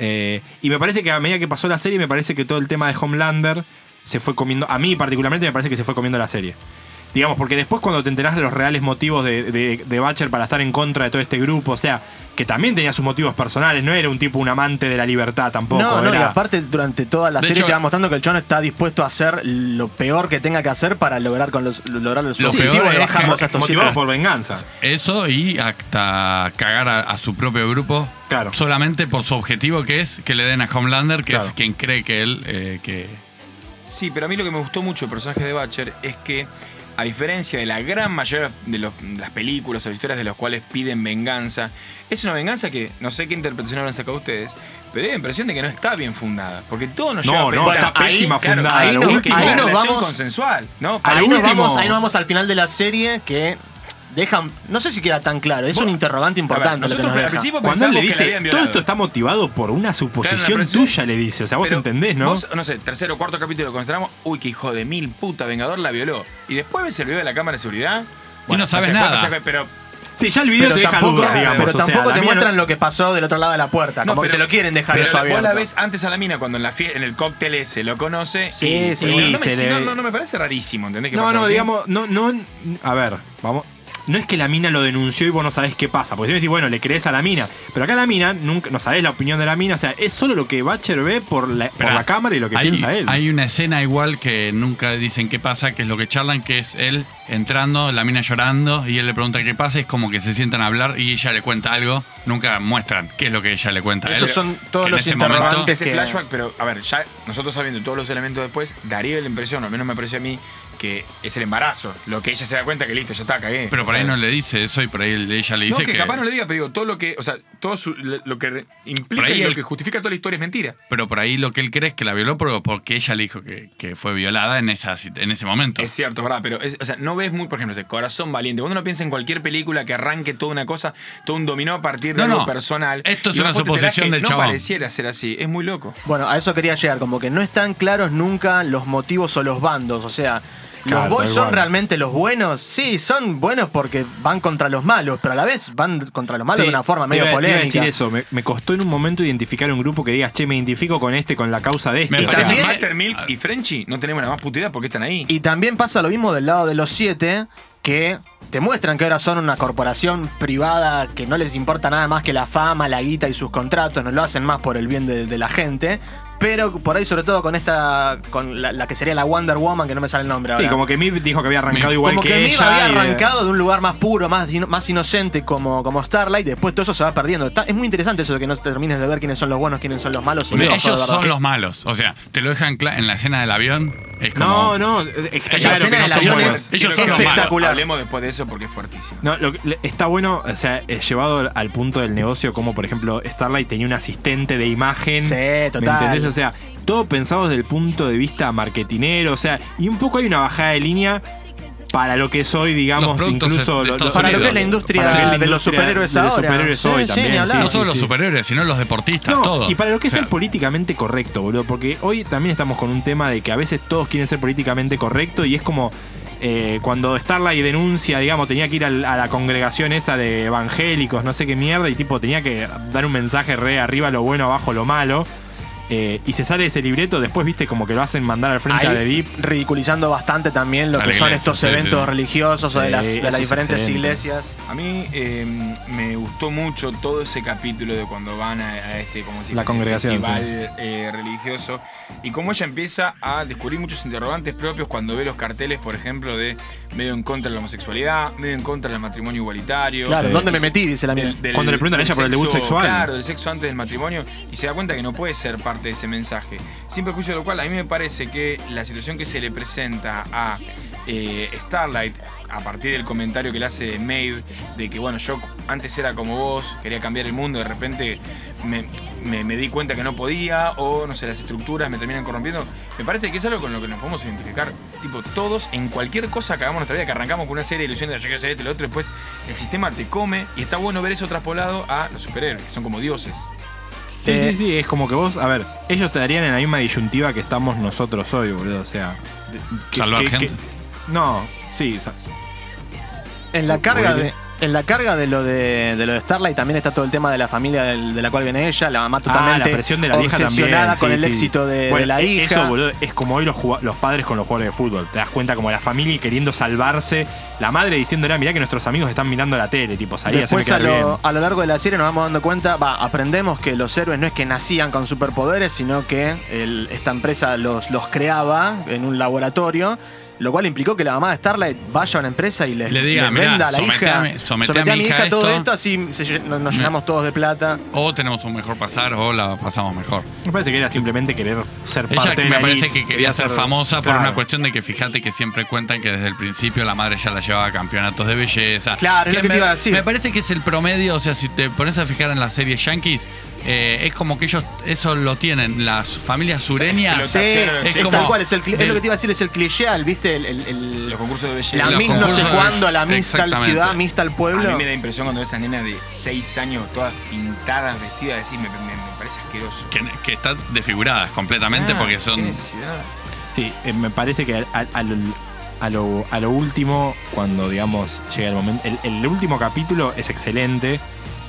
[SPEAKER 4] eh, y me parece que a medida que pasó la serie, me parece que todo el tema de Homelander se fue comiendo. A mí, particularmente, me parece que se fue comiendo la serie. Digamos, porque después cuando te enterás de los reales motivos de, de, de Butcher para estar en contra de todo este grupo, o sea, que también tenía sus motivos personales, no era un tipo, un amante de la libertad tampoco.
[SPEAKER 2] no, no, y
[SPEAKER 4] era-
[SPEAKER 2] aparte durante toda la
[SPEAKER 3] De
[SPEAKER 2] serie
[SPEAKER 3] hecho-
[SPEAKER 2] te va mostrando que el chon está dispuesto a hacer lo peor que tenga que hacer para lograr con los lograr los
[SPEAKER 3] Lo
[SPEAKER 2] objetivos
[SPEAKER 3] peor
[SPEAKER 2] de
[SPEAKER 3] es
[SPEAKER 2] bajarlos
[SPEAKER 3] que-
[SPEAKER 2] a estos
[SPEAKER 4] motivado
[SPEAKER 2] siete.
[SPEAKER 4] por venganza.
[SPEAKER 3] Eso y hasta cagar a, a su propio grupo.
[SPEAKER 4] Claro.
[SPEAKER 3] Solamente por su objetivo, que es que le den a Homelander, que es
[SPEAKER 4] Claro.
[SPEAKER 3] quien cree que él. eh, que
[SPEAKER 5] Sí, pero a mí lo que me gustó mucho del personaje de Butcher es que, a diferencia de la gran mayoría de, los- de las películas o historias de las cuales piden venganza, es una venganza que no sé qué interpretación habrán sacado ustedes, pero da la impresión de que no está bien fundada. Porque todo nos
[SPEAKER 4] No,
[SPEAKER 5] lleva a
[SPEAKER 4] no,
[SPEAKER 5] pensar.
[SPEAKER 4] está pésima fundada,
[SPEAKER 5] Ahí,
[SPEAKER 2] lo
[SPEAKER 5] no,
[SPEAKER 2] último.
[SPEAKER 5] ahí
[SPEAKER 2] Ahí nos
[SPEAKER 5] nos vamos.
[SPEAKER 2] vamos-
[SPEAKER 5] consensual, ¿no?
[SPEAKER 4] Al
[SPEAKER 2] Ahí nos,
[SPEAKER 4] último-
[SPEAKER 2] vamos, ahí nos vamos al final de la serie que dejan, no sé si queda tan claro, es un interrogante
[SPEAKER 5] A ver,
[SPEAKER 2] importante lo que
[SPEAKER 5] nosotros
[SPEAKER 2] nos
[SPEAKER 5] al
[SPEAKER 2] deja.
[SPEAKER 5] principio
[SPEAKER 4] Cuando él
[SPEAKER 5] pensamos
[SPEAKER 4] le
[SPEAKER 5] que la
[SPEAKER 4] dice,
[SPEAKER 5] habían violado.
[SPEAKER 4] todo esto está motivado por una suposición
[SPEAKER 5] Claro, la
[SPEAKER 4] tuya, le dice. O sea, vos
[SPEAKER 5] Pero
[SPEAKER 4] entendés, ¿no?
[SPEAKER 5] vos, no sé, tercero o cuarto capítulo consideramos, uy, que hijo de mil puta, Vengador la violó. Y después ves el video de la cámara de seguridad.
[SPEAKER 3] no sabes
[SPEAKER 5] sé, puede
[SPEAKER 3] nada.
[SPEAKER 5] pasar, pero
[SPEAKER 4] sí, ya el video te deja dudas, digamos.
[SPEAKER 2] pero
[SPEAKER 4] o sea,
[SPEAKER 2] tampoco
[SPEAKER 4] la
[SPEAKER 2] te
[SPEAKER 4] mina no-
[SPEAKER 2] muestran lo que pasó del otro lado de la puerta,
[SPEAKER 5] No,
[SPEAKER 2] Ah, como que
[SPEAKER 5] pero-
[SPEAKER 2] te lo quieren dejar
[SPEAKER 5] pero
[SPEAKER 2] eso
[SPEAKER 5] la-
[SPEAKER 2] abierto.
[SPEAKER 5] Vos la ves antes a la mina cuando en, la fie- en el cóctel ese lo conoce.
[SPEAKER 2] Sí,
[SPEAKER 5] y-
[SPEAKER 2] sí,
[SPEAKER 5] y no, no me,
[SPEAKER 4] se
[SPEAKER 5] si-
[SPEAKER 4] le-
[SPEAKER 5] no, no, no me parece rarísimo, ¿entendés? que
[SPEAKER 4] No,
[SPEAKER 5] pasa
[SPEAKER 4] no,
[SPEAKER 5] así?
[SPEAKER 4] digamos, no, no. A ver, vamos. no es que la mina lo denunció y vos no sabés qué pasa. Porque si me decís, bueno, le crees a la mina. Pero acá la mina, nunca, no sabés la opinión de la mina. O sea, es solo lo que Bacher ve por la, por
[SPEAKER 3] Esperá,
[SPEAKER 4] la cámara y lo que
[SPEAKER 3] hay,
[SPEAKER 4] piensa él.
[SPEAKER 3] Hay una escena igual que nunca dicen qué pasa, que es lo que charlan, que es él entrando, la mina llorando, y él le pregunta qué pasa, y es como que se sientan a hablar y ella le cuenta algo. Nunca muestran qué es lo que ella le cuenta. a él,
[SPEAKER 2] Esos son todos
[SPEAKER 3] que en
[SPEAKER 2] los
[SPEAKER 3] ese
[SPEAKER 2] interrogantes
[SPEAKER 3] momento-
[SPEAKER 5] ese
[SPEAKER 2] que-
[SPEAKER 5] flashback, pero a ver, ya nosotros sabiendo todos los elementos después, daría la impresión, o al menos me pareció a mí, que es el embarazo. Lo que ella se da cuenta que listo, ya está, cagué.
[SPEAKER 3] Pero
[SPEAKER 5] O
[SPEAKER 3] por
[SPEAKER 5] sea,
[SPEAKER 3] ahí no le dice eso y por ahí ella le
[SPEAKER 5] no,
[SPEAKER 3] dice
[SPEAKER 5] que, capaz no le diga, pero digo, todo lo que, o sea, todo su- lo que implica
[SPEAKER 3] Por ahí
[SPEAKER 5] y lo
[SPEAKER 3] el-
[SPEAKER 5] que justifica toda la historia es mentira.
[SPEAKER 3] Pero por ahí lo que él cree es que la violó por- porque ella le dijo que, que fue violada en, esa, sit- en ese momento.
[SPEAKER 5] Es cierto, es verdad, pero es- o sea, no ves muy, por ejemplo, ese Corazón Valiente. Cuando uno piensa en cualquier película que arranque toda una cosa, todo un dominó a partir de
[SPEAKER 3] No,
[SPEAKER 5] algo
[SPEAKER 3] no.
[SPEAKER 5] personal.
[SPEAKER 3] Esto es
[SPEAKER 5] y
[SPEAKER 3] una
[SPEAKER 5] después te enterás
[SPEAKER 3] suposición
[SPEAKER 5] que
[SPEAKER 3] del
[SPEAKER 5] no
[SPEAKER 3] chabón.
[SPEAKER 5] pareciera ser así, es muy loco.
[SPEAKER 2] Bueno, a eso quería llegar, como que no están claros nunca los motivos o los bandos, o sea,
[SPEAKER 4] Claro,
[SPEAKER 2] ¿los boys
[SPEAKER 4] tal
[SPEAKER 2] son
[SPEAKER 4] cual.
[SPEAKER 2] realmente los buenos? Sí, son buenos porque van contra los malos, pero a la vez van contra los malos
[SPEAKER 4] Sí,
[SPEAKER 2] de una forma
[SPEAKER 4] te
[SPEAKER 2] medio
[SPEAKER 4] iba- te iba a
[SPEAKER 2] polémica.
[SPEAKER 4] decir eso. Me, me costó en un momento identificar un grupo que digas, che, me identifico con este, con la causa de este.
[SPEAKER 3] Me
[SPEAKER 2] Y
[SPEAKER 3] parece
[SPEAKER 2] también-
[SPEAKER 5] Master
[SPEAKER 3] mal.
[SPEAKER 5] Milk y Frenchy no tenemos la más puta idea porque están ahí.
[SPEAKER 2] Y también pasa lo mismo del lado de los siete, que te muestran que ahora son una corporación privada que no les importa nada más que la fama, la guita y sus contratos, no lo hacen más por el bien de, de la gente. Pero por ahí, sobre todo con esta, con la, la que sería la Wonder Woman, que no me sale el nombre ahora.
[SPEAKER 4] Sí, como que Mib dijo que había arrancado
[SPEAKER 3] Mib.
[SPEAKER 4] igual
[SPEAKER 2] Como
[SPEAKER 4] que,
[SPEAKER 2] que, Mib
[SPEAKER 4] ella.
[SPEAKER 2] había
[SPEAKER 4] y de-
[SPEAKER 2] arrancado de un lugar más puro, más, ino- más inocente como, como Starlight, y después todo eso se va perdiendo. Está- es muy interesante eso de que no termines de ver quiénes son los buenos, quiénes son los malos. y
[SPEAKER 3] Porque
[SPEAKER 2] qué pasó de
[SPEAKER 3] ellos
[SPEAKER 2] verdad.
[SPEAKER 3] son los malos. O sea, te lo dejan cla- en la escena del avión. Es como,
[SPEAKER 4] No, no. es- es-
[SPEAKER 3] Ella
[SPEAKER 2] La
[SPEAKER 4] claro
[SPEAKER 2] escena
[SPEAKER 4] que no
[SPEAKER 2] del
[SPEAKER 4] son
[SPEAKER 2] avión
[SPEAKER 4] buenos.
[SPEAKER 2] es
[SPEAKER 3] Ellos son los malos.
[SPEAKER 2] espectacular.
[SPEAKER 5] Hablemos después de eso porque es fuertísimo.
[SPEAKER 4] No, lo que- le- está bueno, o sea, eh, llevado al punto del negocio, como por ejemplo Starlight tenía un asistente de imagen.
[SPEAKER 2] Sí,
[SPEAKER 4] ¿Me
[SPEAKER 2] total.
[SPEAKER 4] entendés? O sea, todo pensado desde el punto de vista marketinero, o sea, y un poco hay una bajada de línea para lo que es hoy,
[SPEAKER 3] Los
[SPEAKER 4] digamos,
[SPEAKER 3] productos
[SPEAKER 4] incluso.
[SPEAKER 3] de
[SPEAKER 4] lo-
[SPEAKER 3] Estados
[SPEAKER 4] lo-
[SPEAKER 2] Para lo que
[SPEAKER 3] Unidos.
[SPEAKER 2] es la industria,
[SPEAKER 4] para lo que es
[SPEAKER 2] de
[SPEAKER 4] la
[SPEAKER 2] los
[SPEAKER 4] industria
[SPEAKER 2] superhéroes
[SPEAKER 4] de los
[SPEAKER 2] ahora.
[SPEAKER 4] superhéroes
[SPEAKER 2] Sí,
[SPEAKER 4] hoy
[SPEAKER 2] sí,
[SPEAKER 4] también,
[SPEAKER 2] ni
[SPEAKER 4] sí,
[SPEAKER 2] hablar.
[SPEAKER 3] no
[SPEAKER 4] sí,
[SPEAKER 3] solo los
[SPEAKER 4] sí.
[SPEAKER 3] superhéroes, sino los deportistas,
[SPEAKER 4] No,
[SPEAKER 3] todo.
[SPEAKER 4] Y para lo que es
[SPEAKER 3] O sea,
[SPEAKER 4] el políticamente correcto, boludo, porque hoy también estamos con un tema de que a veces todos quieren ser políticamente correcto y es como eh, cuando Starlight denuncia, digamos, tenía que ir al- a la congregación esa de evangélicos, no sé qué mierda, y tipo tenía que dar un mensaje re arriba lo bueno, abajo lo malo. eh, y se sale ese libreto, después viste como que lo hacen mandar al frente
[SPEAKER 2] Ahí,
[SPEAKER 4] de Deep.
[SPEAKER 2] ridiculizando bastante también lo
[SPEAKER 3] A
[SPEAKER 2] que
[SPEAKER 3] la
[SPEAKER 2] son
[SPEAKER 3] iglesia,
[SPEAKER 2] estos
[SPEAKER 3] sí,
[SPEAKER 2] eventos
[SPEAKER 3] sí.
[SPEAKER 2] religiosos o de
[SPEAKER 4] Sí,
[SPEAKER 2] las, de
[SPEAKER 4] eso
[SPEAKER 2] las
[SPEAKER 4] es
[SPEAKER 2] diferentes
[SPEAKER 4] excelente.
[SPEAKER 2] iglesias.
[SPEAKER 5] A mí eh, me gustó mucho todo ese capítulo de cuando van a, a este como si
[SPEAKER 4] La congregación,
[SPEAKER 5] festival eh, religioso y cómo ella empieza a descubrir muchos interrogantes propios cuando ve los carteles, por ejemplo, de medio en contra de la homosexualidad, medio en contra del matrimonio igualitario. eh,
[SPEAKER 2] Claro,
[SPEAKER 4] Sí.
[SPEAKER 2] ¿dónde me metí? Dice la mía.
[SPEAKER 5] Del- del-
[SPEAKER 4] Cuando le preguntan a
[SPEAKER 5] del
[SPEAKER 4] ella por el debut sexual.
[SPEAKER 5] Claro, del sexo antes del matrimonio y se da cuenta que no puede ser parte de ese mensaje. Sin perjuicio de lo cual, a mí me parece que la situación que se le presenta a eh, Starlight, a partir del comentario que le hace Maeve, de que bueno, yo antes era como vos, quería cambiar el mundo, de repente me, me- me di cuenta que no podía, o no sé, las estructuras me terminan corrompiendo, me parece que es algo con lo que nos podemos identificar, tipo, todos en cualquier cosa que hagamos en nuestra vida, que arrancamos con una serie de ilusiones de yo quiero ser esto y lo otro, después el sistema te come y está bueno ver eso traspolado a los superhéroes, que son como dioses.
[SPEAKER 4] Sí,
[SPEAKER 2] Eh,
[SPEAKER 4] sí, sí, es como que vos, a ver, ellos te darían en la misma disyuntiva que estamos nosotros hoy, boludo, o sea. de- que-
[SPEAKER 3] Salvar
[SPEAKER 4] que-
[SPEAKER 3] gente.
[SPEAKER 4] que- no, sí, sa-
[SPEAKER 2] En la carga
[SPEAKER 4] Oye.
[SPEAKER 2] de. En la carga de lo de, de lo de Starlight también está todo el tema de la familia del- de la cual viene ella, la mamá totalmente
[SPEAKER 4] Ah, la presión de la vieja
[SPEAKER 2] obsesionada
[SPEAKER 4] también,
[SPEAKER 2] con
[SPEAKER 4] sí,
[SPEAKER 2] el
[SPEAKER 4] sí.
[SPEAKER 2] éxito de, de
[SPEAKER 4] Bueno,
[SPEAKER 2] la
[SPEAKER 4] e-
[SPEAKER 2] hija.
[SPEAKER 4] Eso, boludo, es como hoy los, jugua- los padres con los jugadores de fútbol. Te das cuenta como la familia queriendo salvarse, la madre diciéndole, "Ah, mirá que nuestros amigos están mirando la tele, tipo, salí a hacerme
[SPEAKER 2] Después a
[SPEAKER 4] quedar
[SPEAKER 2] lo, a lo largo de la serie nos vamos dando cuenta, va, aprendemos que los héroes no es que nacían con superpoderes, sino que el- esta empresa los, los creaba en un laboratorio, lo cual implicó que la mamá de Starlight vaya a una empresa y les,
[SPEAKER 3] Le diga,
[SPEAKER 2] les
[SPEAKER 3] "Mirá,
[SPEAKER 2] venda a la
[SPEAKER 3] somete
[SPEAKER 2] hija.
[SPEAKER 3] a mi- somete
[SPEAKER 2] "Somete
[SPEAKER 3] a mi hija
[SPEAKER 2] todo
[SPEAKER 3] esto".
[SPEAKER 2] esto, así se lle- nos, nos llenamos todos de plata.
[SPEAKER 3] O oh, tenemos un mejor pasar o la pasamos mejor.
[SPEAKER 4] bien. Me parece que era simplemente querer ser
[SPEAKER 3] Ella
[SPEAKER 4] parte
[SPEAKER 3] que
[SPEAKER 4] de
[SPEAKER 3] me
[SPEAKER 4] la
[SPEAKER 3] parece
[SPEAKER 4] elite,
[SPEAKER 3] que quería ser famosa por
[SPEAKER 4] Claro.
[SPEAKER 3] una cuestión de que fíjate que siempre cuentan que desde el principio la madre ya la llevaba a campeonatos de belleza.
[SPEAKER 2] Claro, es lo que
[SPEAKER 3] me,
[SPEAKER 2] te iba a decir.
[SPEAKER 3] Me parece que es el promedio, o sea, si te pones a fijar en las series yankees, eh, es como que ellos eso lo tienen. Las familias
[SPEAKER 5] Lo
[SPEAKER 3] sureñas,
[SPEAKER 2] Sí,
[SPEAKER 5] hacían-
[SPEAKER 2] es,
[SPEAKER 3] es
[SPEAKER 2] tal
[SPEAKER 3] como-
[SPEAKER 2] cual, es, el cli- es
[SPEAKER 3] del-
[SPEAKER 2] lo que te iba a decir, es el cliché, el- ¿viste? El, el- el-
[SPEAKER 5] Los concursos de belleza.
[SPEAKER 2] la
[SPEAKER 3] Los
[SPEAKER 2] Miss no sé
[SPEAKER 3] concursos de-
[SPEAKER 2] cuándo, la Miss tal
[SPEAKER 3] Exactamente.
[SPEAKER 2] ciudad, Miss tal pueblo.
[SPEAKER 5] A mí me da impresión cuando ves a esas nenas de 6 años, todas pintadas, vestidas, así, me, me- me parece asqueroso.
[SPEAKER 3] que, que están desfiguradas completamente
[SPEAKER 5] Ah,
[SPEAKER 3] porque
[SPEAKER 5] qué
[SPEAKER 3] son.
[SPEAKER 5] necesidad.
[SPEAKER 4] Sí, eh, me parece que al- al- al- a, lo, a lo último, cuando digamos llega el momento, el, el último capítulo es excelente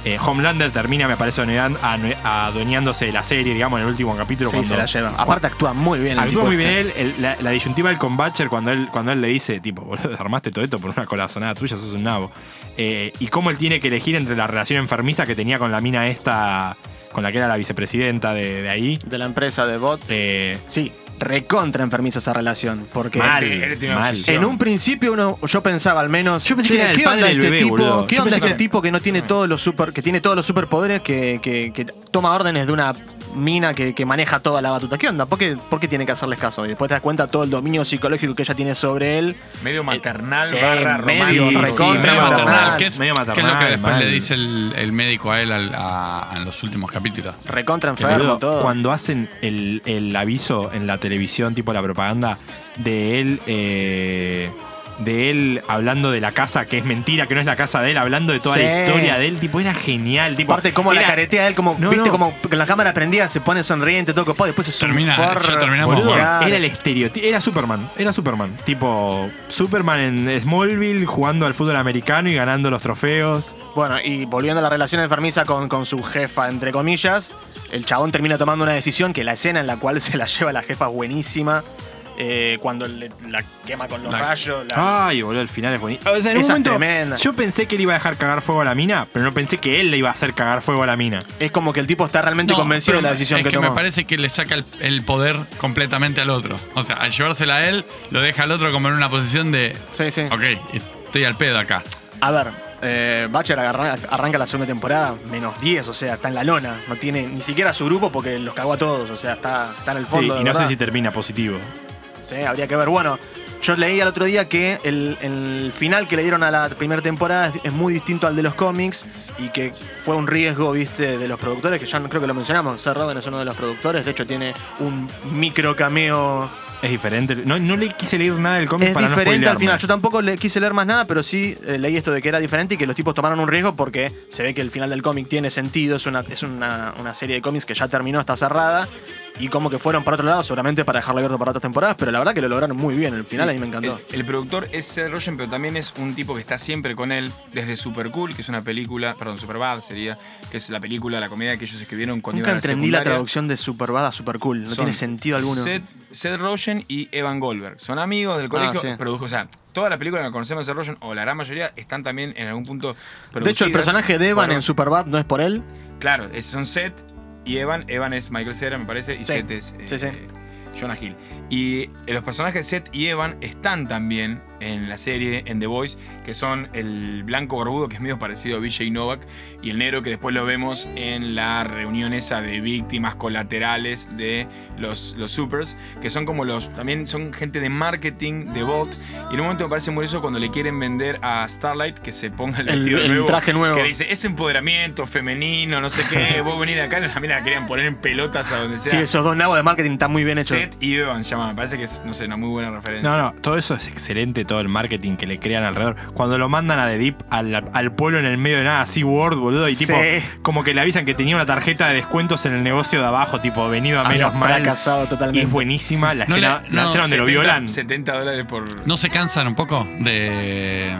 [SPEAKER 4] Eh, Homelander termina, me parece, adueñan- ane- adueñándose de la serie, digamos, en el último capítulo.
[SPEAKER 2] Sí,
[SPEAKER 4] cuando-
[SPEAKER 2] se la lleva. Aparte actúa muy bien. el
[SPEAKER 4] Actúa
[SPEAKER 2] tipo
[SPEAKER 4] muy bien
[SPEAKER 2] este.
[SPEAKER 4] él, el- la, la disyuntiva del con Butcher cuando él, cuando él le dice, tipo, (laughs) boludo, armaste todo esto por una colazonada tuya, sos un nabo. Eh, y cómo él tiene que elegir entre la relación enfermiza que tenía con la mina esta, con la que era la vicepresidenta de, de ahí.
[SPEAKER 2] De la empresa de Bot.
[SPEAKER 4] Eh,
[SPEAKER 2] Sí, recontra enfermiza esa relación. Porque
[SPEAKER 4] mal,
[SPEAKER 5] él- él tiene
[SPEAKER 4] mal.
[SPEAKER 5] obsesión.
[SPEAKER 2] En un principio uno, yo pensaba al menos.
[SPEAKER 4] Yo pensé
[SPEAKER 2] "Che,
[SPEAKER 4] que era el
[SPEAKER 2] ¿Qué
[SPEAKER 4] padre
[SPEAKER 2] onda
[SPEAKER 4] del
[SPEAKER 2] este
[SPEAKER 4] bebé,
[SPEAKER 2] tipo?
[SPEAKER 4] boludo".
[SPEAKER 2] ¿Qué
[SPEAKER 4] Yo
[SPEAKER 2] onda
[SPEAKER 5] pensé
[SPEAKER 2] este
[SPEAKER 5] que-
[SPEAKER 2] tipo que no tiene todos los super, que tiene todos los superpoderes que, que- que toma órdenes de una mina que, que maneja toda la batuta? ¿Qué onda? ¿Por qué, por qué tiene que hacerles caso? Y después te das cuenta todo el dominio psicológico que ella tiene sobre él.
[SPEAKER 5] Medio maternal,
[SPEAKER 2] Eh, sí,
[SPEAKER 5] barra
[SPEAKER 2] medio
[SPEAKER 5] romántico.
[SPEAKER 2] recontra
[SPEAKER 3] medio
[SPEAKER 2] maternal.
[SPEAKER 3] maternal, que es,
[SPEAKER 4] medio
[SPEAKER 3] que es lo
[SPEAKER 4] maternal,
[SPEAKER 3] que después
[SPEAKER 4] mal.
[SPEAKER 3] le dice el, el médico a él al- a- en los últimos capítulos.
[SPEAKER 2] Recontra
[SPEAKER 4] Pero,
[SPEAKER 2] enfermo,
[SPEAKER 4] boludo,
[SPEAKER 2] todo.
[SPEAKER 4] Cuando hacen el, el aviso en la televisión, tipo la propaganda, de él. eh, de él hablando de la casa, que es mentira, que no es la casa de él, hablando de toda la
[SPEAKER 2] Sí.
[SPEAKER 4] historia de él, tipo, era genial. Tipo,
[SPEAKER 2] Aparte, como la
[SPEAKER 4] era-
[SPEAKER 2] caretea él, como,
[SPEAKER 4] No,
[SPEAKER 2] viste,
[SPEAKER 4] no.
[SPEAKER 2] como con la cámara prendida, se pone sonriente, todo copado, después es un
[SPEAKER 3] Termina,
[SPEAKER 2] forro.
[SPEAKER 3] ya terminamos,
[SPEAKER 4] Ah, Boludo,
[SPEAKER 2] Claro.
[SPEAKER 4] era el estereotipo. Era Superman. Era Superman. Tipo, Superman en Smallville jugando al fútbol americano y ganando los trofeos.
[SPEAKER 2] Bueno, y volviendo a la relación enfermiza con, con su jefa, entre comillas, el chabón termina tomando una decisión que la escena en la cual (laughs) se la lleva la jefa es buenísima. eh, cuando le- la quema con los
[SPEAKER 3] La-
[SPEAKER 2] rayos. la-
[SPEAKER 4] Ay, boludo, el final es buenísimo. O sea, en un
[SPEAKER 2] Esa es
[SPEAKER 4] momento,
[SPEAKER 2] tremenda.
[SPEAKER 4] yo pensé que él iba a dejar cagar fuego a la mina, pero no pensé que él le iba a hacer cagar fuego a la mina.
[SPEAKER 2] Es como que el tipo está realmente
[SPEAKER 3] No,
[SPEAKER 2] convencido de
[SPEAKER 3] pero
[SPEAKER 2] la decisión
[SPEAKER 3] es
[SPEAKER 2] que,
[SPEAKER 3] que,
[SPEAKER 2] tomó.
[SPEAKER 3] me parece que le saca el, el poder completamente al otro. O sea, al llevársela a él, lo deja al otro como en una posición de.
[SPEAKER 2] Sí, sí.
[SPEAKER 3] Ok, estoy al pedo acá.
[SPEAKER 2] A ver, eh, Butcher agarra- arranca la segunda temporada, menos 10, o sea, está en la lona. No tiene ni siquiera su grupo porque los cagó a todos, o sea, está, está en el
[SPEAKER 4] Sí,
[SPEAKER 2] fondo. de
[SPEAKER 4] y no sé
[SPEAKER 2] verdad.
[SPEAKER 4] si termina positivo.
[SPEAKER 2] Sí, habría que ver. Bueno, yo leí al otro día que el, el final que le dieron a la primera temporada es, es muy distinto al de los cómics y que fue un riesgo, viste, de los productores, que ya no- creo que lo mencionamos. Seth Rogen es uno de los productores, de hecho tiene un micro cameo.
[SPEAKER 4] Es diferente. No, no le quise leer nada del cómic
[SPEAKER 2] Es
[SPEAKER 4] para
[SPEAKER 2] diferente
[SPEAKER 4] no
[SPEAKER 2] al final. Yo
[SPEAKER 4] spoilearme.
[SPEAKER 2] tampoco le quise leer más nada, pero sí eh, leí esto de que era diferente y que los tipos tomaron un riesgo porque se ve que el final del cómic tiene sentido. Es una, es una, una serie de cómics que ya terminó, está cerrada. Y como que fueron para otro lado, seguramente para dejarlo abierto para otras temporadas, pero la verdad que lo lograron muy bien. El final
[SPEAKER 5] Sí,
[SPEAKER 2] a mí me encantó.
[SPEAKER 4] Eh,
[SPEAKER 5] El, el productor es Seth Rogen, pero también es un tipo que está siempre con él desde Super Cool, que es una película, perdón, Super Bad sería, que es la película, la comedia que ellos escribieron cuando
[SPEAKER 2] Nunca
[SPEAKER 5] iban a la
[SPEAKER 2] entendí la
[SPEAKER 5] secundaria.
[SPEAKER 2] traducción de Superbad a Super Cool. No
[SPEAKER 5] Son
[SPEAKER 2] tiene sentido alguno. Ah,
[SPEAKER 5] Seth, Seth Rogen y Evan Goldberg. Son amigos del colegio.
[SPEAKER 2] sí.
[SPEAKER 5] produjo, o sea, toda la película que conocemos de Seth Rogen, o la gran mayoría, están también en algún punto
[SPEAKER 2] de hecho, el
[SPEAKER 5] producidas
[SPEAKER 2] personaje de Evan
[SPEAKER 5] por-
[SPEAKER 2] en Superbad no es por él.
[SPEAKER 5] Claro, es- son Seth y Evan. Evan es Michael Cera, me parece, y
[SPEAKER 2] Sí,
[SPEAKER 5] Seth es eh,
[SPEAKER 2] sí, sí.
[SPEAKER 5] Jonah Hill. Y eh, los personajes Seth y Evan están también en la serie, en The Voice, que son el blanco barbudo, que es medio parecido a VJ Novak, y el negro, que después lo vemos en la reunión esa de víctimas colaterales de los, los supers, que son como los. También son gente de marketing, de bot. Y en un momento me parece muy eso cuando le quieren vender a Starlight que se ponga el
[SPEAKER 2] El-
[SPEAKER 5] vestido
[SPEAKER 2] el
[SPEAKER 5] nuevo,
[SPEAKER 2] traje nuevo.
[SPEAKER 5] que le dice, es empoderamiento femenino, no sé qué, vos venís de acá, la mina la querían poner en pelotas a donde sea.
[SPEAKER 2] Sí, esos dos nabos de marketing están muy bien hechos.
[SPEAKER 5] Seth y Evan se llama, me parece que es, no sé, una muy buena referencia.
[SPEAKER 4] No, no, todo eso es excelente, todo el marketing que le crean alrededor. Cuando lo mandan a The Deep al, al pueblo en el medio de nada, así Word, boludo, y tipo,
[SPEAKER 2] Sí.
[SPEAKER 4] como que le avisan que tenía una tarjeta de descuentos en el negocio de abajo, tipo, venido a
[SPEAKER 2] Había
[SPEAKER 4] menos mal.
[SPEAKER 2] fracasado
[SPEAKER 4] Y
[SPEAKER 2] totalmente.
[SPEAKER 4] es buenísima la
[SPEAKER 3] No
[SPEAKER 4] escena,
[SPEAKER 3] le-
[SPEAKER 4] la
[SPEAKER 3] no,
[SPEAKER 4] escena donde lo
[SPEAKER 5] 70
[SPEAKER 4] violan.
[SPEAKER 5] 70 dólares por.
[SPEAKER 3] ¿No se cansan un poco de.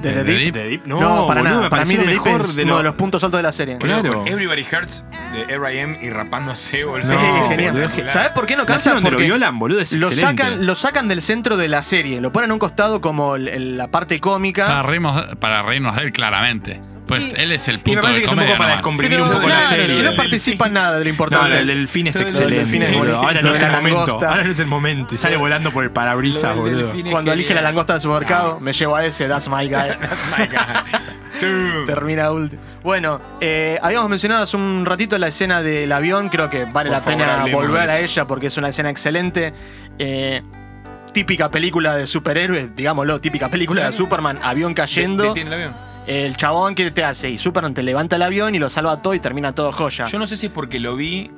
[SPEAKER 2] ¿De The
[SPEAKER 3] de
[SPEAKER 2] Deep?
[SPEAKER 4] The Deep,
[SPEAKER 2] No, para
[SPEAKER 4] boludo,
[SPEAKER 2] nada.
[SPEAKER 4] me
[SPEAKER 2] Para mí,
[SPEAKER 4] pareció
[SPEAKER 2] The Deep
[SPEAKER 4] mejor
[SPEAKER 2] es
[SPEAKER 4] de
[SPEAKER 2] uno
[SPEAKER 4] lo-
[SPEAKER 2] de los puntos altos de la serie.
[SPEAKER 4] Claro.
[SPEAKER 5] Con Everybody Hurts de R.I.M. y rapándose, boludo.
[SPEAKER 2] Sí,
[SPEAKER 4] No,
[SPEAKER 2] sí,
[SPEAKER 5] Es
[SPEAKER 2] genial.
[SPEAKER 4] boludo, es que-
[SPEAKER 2] ¿Sabes por qué no
[SPEAKER 4] La escena
[SPEAKER 2] cansa?
[SPEAKER 4] donde lo
[SPEAKER 2] Porque
[SPEAKER 4] violan, boludo, es
[SPEAKER 2] lo
[SPEAKER 4] excelente.
[SPEAKER 2] sacan, lo sacan del centro de la serie, lo ponen a un costado como el- el- la parte
[SPEAKER 3] Para
[SPEAKER 2] cómica.
[SPEAKER 3] reírnos, para reírnos de él, claramente. Pues
[SPEAKER 2] Ah. Y-
[SPEAKER 3] él es el
[SPEAKER 4] Y me
[SPEAKER 3] punto
[SPEAKER 4] parece
[SPEAKER 3] de
[SPEAKER 4] que es un poco
[SPEAKER 3] comedia.
[SPEAKER 4] para
[SPEAKER 3] nomás.
[SPEAKER 4] descomprimir
[SPEAKER 2] Pero,
[SPEAKER 4] un poco la
[SPEAKER 2] claro,
[SPEAKER 4] serie.
[SPEAKER 2] si
[SPEAKER 5] del-
[SPEAKER 2] no participa en nada de lo
[SPEAKER 4] No,
[SPEAKER 2] importante.
[SPEAKER 4] el, el fin es
[SPEAKER 5] Lo del
[SPEAKER 4] excelente.
[SPEAKER 2] delfín es
[SPEAKER 4] boludo.
[SPEAKER 2] buenísimo.
[SPEAKER 4] Ahora
[SPEAKER 2] Lo
[SPEAKER 4] no
[SPEAKER 2] de
[SPEAKER 4] es el
[SPEAKER 2] la
[SPEAKER 4] momento.
[SPEAKER 2] langosta.
[SPEAKER 4] Ahora no es el momento. Y sale volando por el parabrisas,
[SPEAKER 5] Lo del
[SPEAKER 4] boludo.
[SPEAKER 5] delfín es
[SPEAKER 2] Cuando elige la
[SPEAKER 5] genial.
[SPEAKER 2] langosta del supermercado,
[SPEAKER 4] Ah.
[SPEAKER 2] me llevo a ese, that's my
[SPEAKER 4] (laughs)
[SPEAKER 2] guy.
[SPEAKER 5] My God. Tú.
[SPEAKER 2] (laughs) Termina último. Bueno, eh, habíamos mencionado hace un ratito la escena del avión. Creo que vale
[SPEAKER 5] Por
[SPEAKER 2] la
[SPEAKER 5] favor,
[SPEAKER 2] pena
[SPEAKER 5] hablemos
[SPEAKER 2] volver
[SPEAKER 5] de
[SPEAKER 2] a
[SPEAKER 5] eso.
[SPEAKER 2] ella porque es una escena excelente. Eh, típica película de superhéroes, digámoslo, típica película de Superman, avión cayendo.
[SPEAKER 5] Detiene el avión.
[SPEAKER 2] El chabón que te hace y Superman te levanta el avión y lo salva todo y termina todo joya.
[SPEAKER 5] Yo no sé si es porque lo vi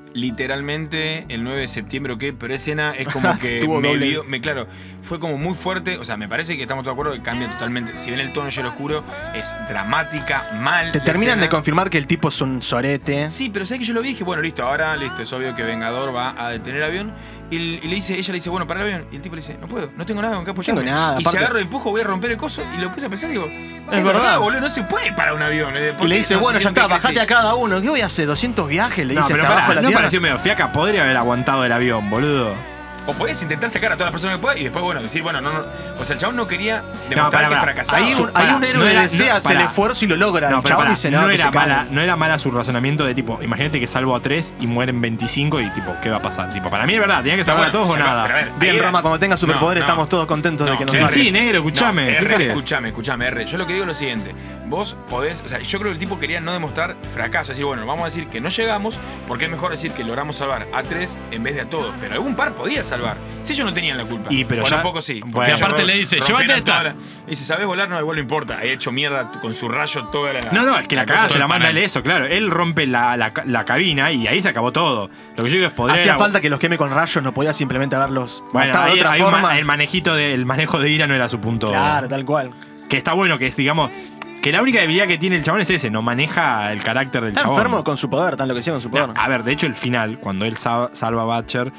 [SPEAKER 5] literalmente el 9 de septiembre o qué, pero escena es como que
[SPEAKER 2] Estuvo
[SPEAKER 5] me,
[SPEAKER 2] doble.
[SPEAKER 5] vio- me- claro, fue como muy fuerte, o sea, me parece que estamos todos de acuerdo que cambia totalmente. Si bien el tono ya lo oscuro es dramática, mal.
[SPEAKER 2] te
[SPEAKER 5] la
[SPEAKER 2] terminan de
[SPEAKER 5] escena.
[SPEAKER 2] confirmar que el tipo es un sorete.
[SPEAKER 5] Sí, pero sé que yo lo vi y dije, bueno, listo, ahora listo, es obvio que Vengador va a detener el avión Y, el- y le dice, ella le dice, bueno, para el avión. Y el tipo le dice, no puedo, no tengo nada con qué
[SPEAKER 2] tengo
[SPEAKER 5] apoyarme.
[SPEAKER 2] nada,
[SPEAKER 5] Y
[SPEAKER 2] aparte-
[SPEAKER 5] se agarro el empujo, voy a romper el coso. Y lo empiezo a pensar y digo, es,
[SPEAKER 2] verdad.
[SPEAKER 5] boludo, no se puede parar un avión. ¿eh? ¿Por
[SPEAKER 2] Y le
[SPEAKER 5] qué
[SPEAKER 2] dice,
[SPEAKER 5] no se
[SPEAKER 2] bueno, ya
[SPEAKER 5] siente
[SPEAKER 2] está,
[SPEAKER 5] que
[SPEAKER 2] bajate
[SPEAKER 5] sí?
[SPEAKER 2] a cada uno. ¿Qué voy a hacer? 200 viajes, le
[SPEAKER 4] No,
[SPEAKER 2] dice,
[SPEAKER 4] pero
[SPEAKER 2] hasta abajo
[SPEAKER 4] pará,
[SPEAKER 2] de la
[SPEAKER 4] no
[SPEAKER 2] tierra.
[SPEAKER 4] pareció medio fiaca. Podría haber aguantado el avión, boludo.
[SPEAKER 5] O podías intentar sacar a todas las personas que puedas y después, bueno, decir, bueno, no, no. O sea, el chabón no quería
[SPEAKER 4] No,
[SPEAKER 5] demostrar
[SPEAKER 4] pará,
[SPEAKER 5] que
[SPEAKER 4] pará.
[SPEAKER 5] fracasado.
[SPEAKER 2] Hay
[SPEAKER 4] Ahí
[SPEAKER 2] un,
[SPEAKER 4] Pará,
[SPEAKER 2] hay un
[SPEAKER 4] no
[SPEAKER 2] héroe
[SPEAKER 4] era-
[SPEAKER 2] que
[SPEAKER 4] no,
[SPEAKER 2] desea, hace el
[SPEAKER 4] pará.
[SPEAKER 2] esfuerzo y lo logra.
[SPEAKER 4] No,
[SPEAKER 2] el
[SPEAKER 4] pero
[SPEAKER 2] chabón
[SPEAKER 4] pará,
[SPEAKER 2] dice, no,
[SPEAKER 4] no,
[SPEAKER 2] que
[SPEAKER 4] era
[SPEAKER 2] se cague.
[SPEAKER 4] mala, no era mala su razonamiento de tipo, imagínate que salvo a tres y mueren 25 y tipo, ¿qué va a pasar? Tipo, para mí es verdad, tenía que
[SPEAKER 5] bueno,
[SPEAKER 4] salvar a todos o
[SPEAKER 5] se va,
[SPEAKER 4] nada.
[SPEAKER 5] pero a ver,
[SPEAKER 2] Bien,
[SPEAKER 5] Ahí era-
[SPEAKER 2] Roma, cuando tengas superpoder,
[SPEAKER 5] No, no.
[SPEAKER 2] estamos todos contentos de que nos
[SPEAKER 5] che,
[SPEAKER 4] Y
[SPEAKER 2] larguen.
[SPEAKER 4] sí, negro, escuchame,
[SPEAKER 5] No,
[SPEAKER 4] ¿qué
[SPEAKER 5] R,
[SPEAKER 4] querés?
[SPEAKER 5] escuchame, escuchame, R. Yo lo que digo es lo siguiente. Vos podés, o sea, yo creo que el tipo quería no demostrar fracaso. Decir, bueno, vamos a decir que no llegamos, porque es mejor decir que logramos salvar a tres en vez de a todos. Pero algún par podía salvar. Si ellos no tenían la culpa.
[SPEAKER 4] Y, pero
[SPEAKER 5] o
[SPEAKER 4] ya-
[SPEAKER 5] tampoco sí.
[SPEAKER 4] bueno.
[SPEAKER 5] porque
[SPEAKER 4] Y
[SPEAKER 3] aparte
[SPEAKER 5] ellos
[SPEAKER 3] le dice,
[SPEAKER 5] rompieron
[SPEAKER 3] "Llévate esta".
[SPEAKER 5] toda la- Dice, ¿sabés volar? No, igual no importa. He hecho mierda con su rayo toda la.
[SPEAKER 4] No, no, es que la
[SPEAKER 5] cosa
[SPEAKER 4] cagada se la
[SPEAKER 5] del
[SPEAKER 4] manda
[SPEAKER 5] panal.
[SPEAKER 4] él eso, claro. Él rompe la, la, la cabina y ahí se acabó todo. Lo que yo digo es poder.
[SPEAKER 2] Hacía falta que los queme con rayos, no podía simplemente haberlos
[SPEAKER 4] Bueno,
[SPEAKER 2] matado
[SPEAKER 4] ahí-
[SPEAKER 2] de otra
[SPEAKER 4] ahí ma-
[SPEAKER 2] forma.
[SPEAKER 4] el manejito de- el manejo de ira no era su punto.
[SPEAKER 2] Claro, tal cual.
[SPEAKER 4] Que está bueno, que es, digamos, que la única debilidad que tiene el chabón es ese, no maneja el carácter del
[SPEAKER 2] Está
[SPEAKER 4] chabón.
[SPEAKER 2] enfermo con su poder, tan lo que con su poder.
[SPEAKER 4] No, a ver, de hecho, el final, cuando él sa- salva a Butcher,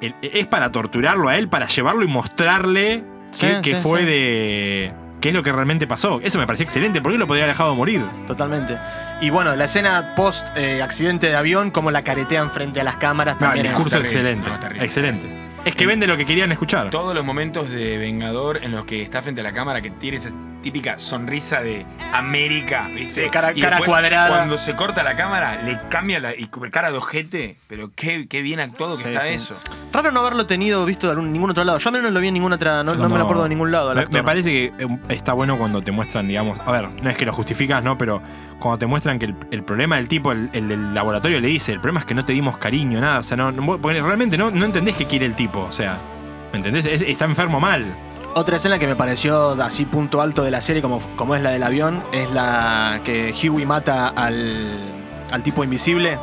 [SPEAKER 4] él- es para torturarlo a él, para llevarlo y mostrarle
[SPEAKER 2] Sí,
[SPEAKER 4] que, que
[SPEAKER 2] sí,
[SPEAKER 4] fue
[SPEAKER 2] sí.
[SPEAKER 4] de. qué es lo que realmente pasó. Eso me pareció excelente, porque él lo podría haber dejado morir.
[SPEAKER 2] Totalmente. Y bueno, la escena post eh, accidente de avión, como la caretean frente a las cámaras
[SPEAKER 4] No, el
[SPEAKER 2] también. es-
[SPEAKER 4] discurso
[SPEAKER 5] terrible,
[SPEAKER 4] es excelente.
[SPEAKER 5] no, es terrible.
[SPEAKER 4] excelente. Es que vende lo que querían escuchar.
[SPEAKER 5] Todos los momentos de Vengador en los que está frente a la cámara, que tiene esa típica sonrisa de América, ¿viste?
[SPEAKER 2] Sí, cara-
[SPEAKER 5] Y
[SPEAKER 2] cara
[SPEAKER 5] después,
[SPEAKER 2] cuadrada.
[SPEAKER 5] Cuando se corta la cámara, le cambia la y con cara de ojete, pero qué, qué bien actuado que
[SPEAKER 2] Sí,
[SPEAKER 5] está
[SPEAKER 2] sí.
[SPEAKER 5] eso.
[SPEAKER 2] Raro no haberlo tenido visto de algún- ningún otro lado. Yo al menos no lo vi en ninguna otra. No, no me lo acuerdo de ningún lado. al
[SPEAKER 4] Me,
[SPEAKER 2] actor.
[SPEAKER 4] me parece que eh, está bueno cuando te muestran, digamos, a ver, no es que lo justificas, ¿no? Pero cuando te muestran que el, el problema del tipo, el, el del laboratorio le dice, el problema es que no te dimos cariño, nada, o sea, no, no- porque realmente no, no entendés qué quiere el tipo, o sea, ¿me entendés? Es- está enfermo mal.
[SPEAKER 2] Otra escena que me pareció así punto alto de la serie, como, como es la del avión, es la que Huey mata al, al tipo invisible.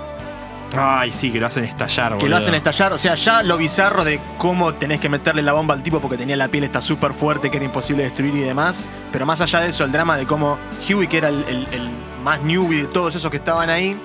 [SPEAKER 4] Ay, sí, que lo hacen estallar,
[SPEAKER 2] Que lo hacen estallar, o sea, ya lo bizarro de cómo tenés que meterle la bomba al tipo porque tenía la piel esta súper fuerte que era imposible destruir y demás. Pero más allá de eso, el drama de cómo Huey, que era el, el- el más newbie de todos esos que estaban ahí,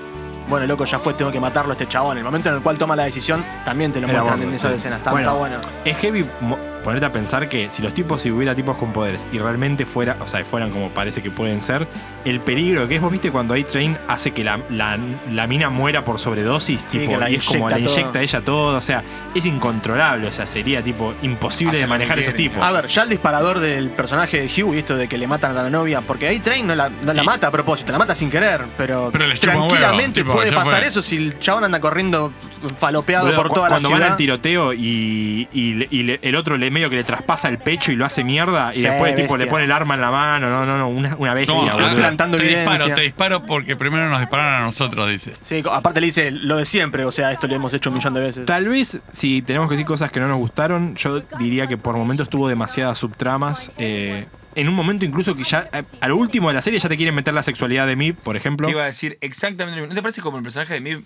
[SPEAKER 2] bueno, loco, ya fue, tengo que matarlo a este chabón. El momento en el cual toma la decisión, también te lo
[SPEAKER 4] Era
[SPEAKER 2] muestran
[SPEAKER 4] bueno,
[SPEAKER 2] en esas
[SPEAKER 4] sí.
[SPEAKER 2] escenas. Está
[SPEAKER 4] Bueno.
[SPEAKER 2] está bueno.
[SPEAKER 4] Es heavy mo- ponerte a pensar que si los tipos, si hubiera tipos con poderes y realmente fuera, o sea, fueran como parece que pueden ser, el peligro que es, vos viste cuando A-Train hace que la, la- la mina muera por sobredosis,
[SPEAKER 2] Sí,
[SPEAKER 4] tipo,
[SPEAKER 2] que la
[SPEAKER 4] y es como
[SPEAKER 2] inyecta
[SPEAKER 4] le
[SPEAKER 2] todo.
[SPEAKER 4] inyecta a ella todo, o sea, es incontrolable, o sea, sería tipo imposible
[SPEAKER 5] Hace
[SPEAKER 4] de
[SPEAKER 5] lo que
[SPEAKER 4] manejar esos
[SPEAKER 5] quiere,
[SPEAKER 4] tipos.
[SPEAKER 2] A ver, ya el disparador del personaje de Huey, esto de que le matan a la novia, porque ahí Train no la, no la
[SPEAKER 3] Y-
[SPEAKER 2] mata a propósito, la mata sin querer, pero,
[SPEAKER 3] Pero les chupa un huevo,
[SPEAKER 2] tranquilamente
[SPEAKER 3] tipo,
[SPEAKER 2] puede
[SPEAKER 3] ya
[SPEAKER 2] pasar
[SPEAKER 3] fue.
[SPEAKER 2] eso si el chabón anda corriendo falopeado
[SPEAKER 4] Boludo,
[SPEAKER 2] por
[SPEAKER 4] cu-
[SPEAKER 2] toda la
[SPEAKER 4] cuando
[SPEAKER 2] ciudad.
[SPEAKER 4] van al tiroteo y, y le- y le- el otro le medio que le traspasa el pecho y lo hace mierda y
[SPEAKER 2] Sí,
[SPEAKER 4] después tipo
[SPEAKER 2] bestia.
[SPEAKER 4] le pone el arma en la mano, no, no, no, una, una bestia,
[SPEAKER 3] Como,
[SPEAKER 4] boludo.
[SPEAKER 3] ah,
[SPEAKER 2] plantando
[SPEAKER 3] te
[SPEAKER 2] evidencia.
[SPEAKER 3] disparo, te disparo porque primero nos dispararon a nosotros, dice.
[SPEAKER 2] Sí, co- aparte le dice lo de siempre, o sea, esto lo hemos hecho un millón de veces.
[SPEAKER 4] Tal vez, si tenemos que decir cosas que no nos gustaron, yo diría que por momentos tuvo demasiadas subtramas. eh, en un momento incluso que ya, eh, a lo último de la serie ya te quieren meter la sexualidad de mí, por ejemplo.
[SPEAKER 5] Te iba a decir exactamente lo mismo. ¿No te parece como el personaje de mí?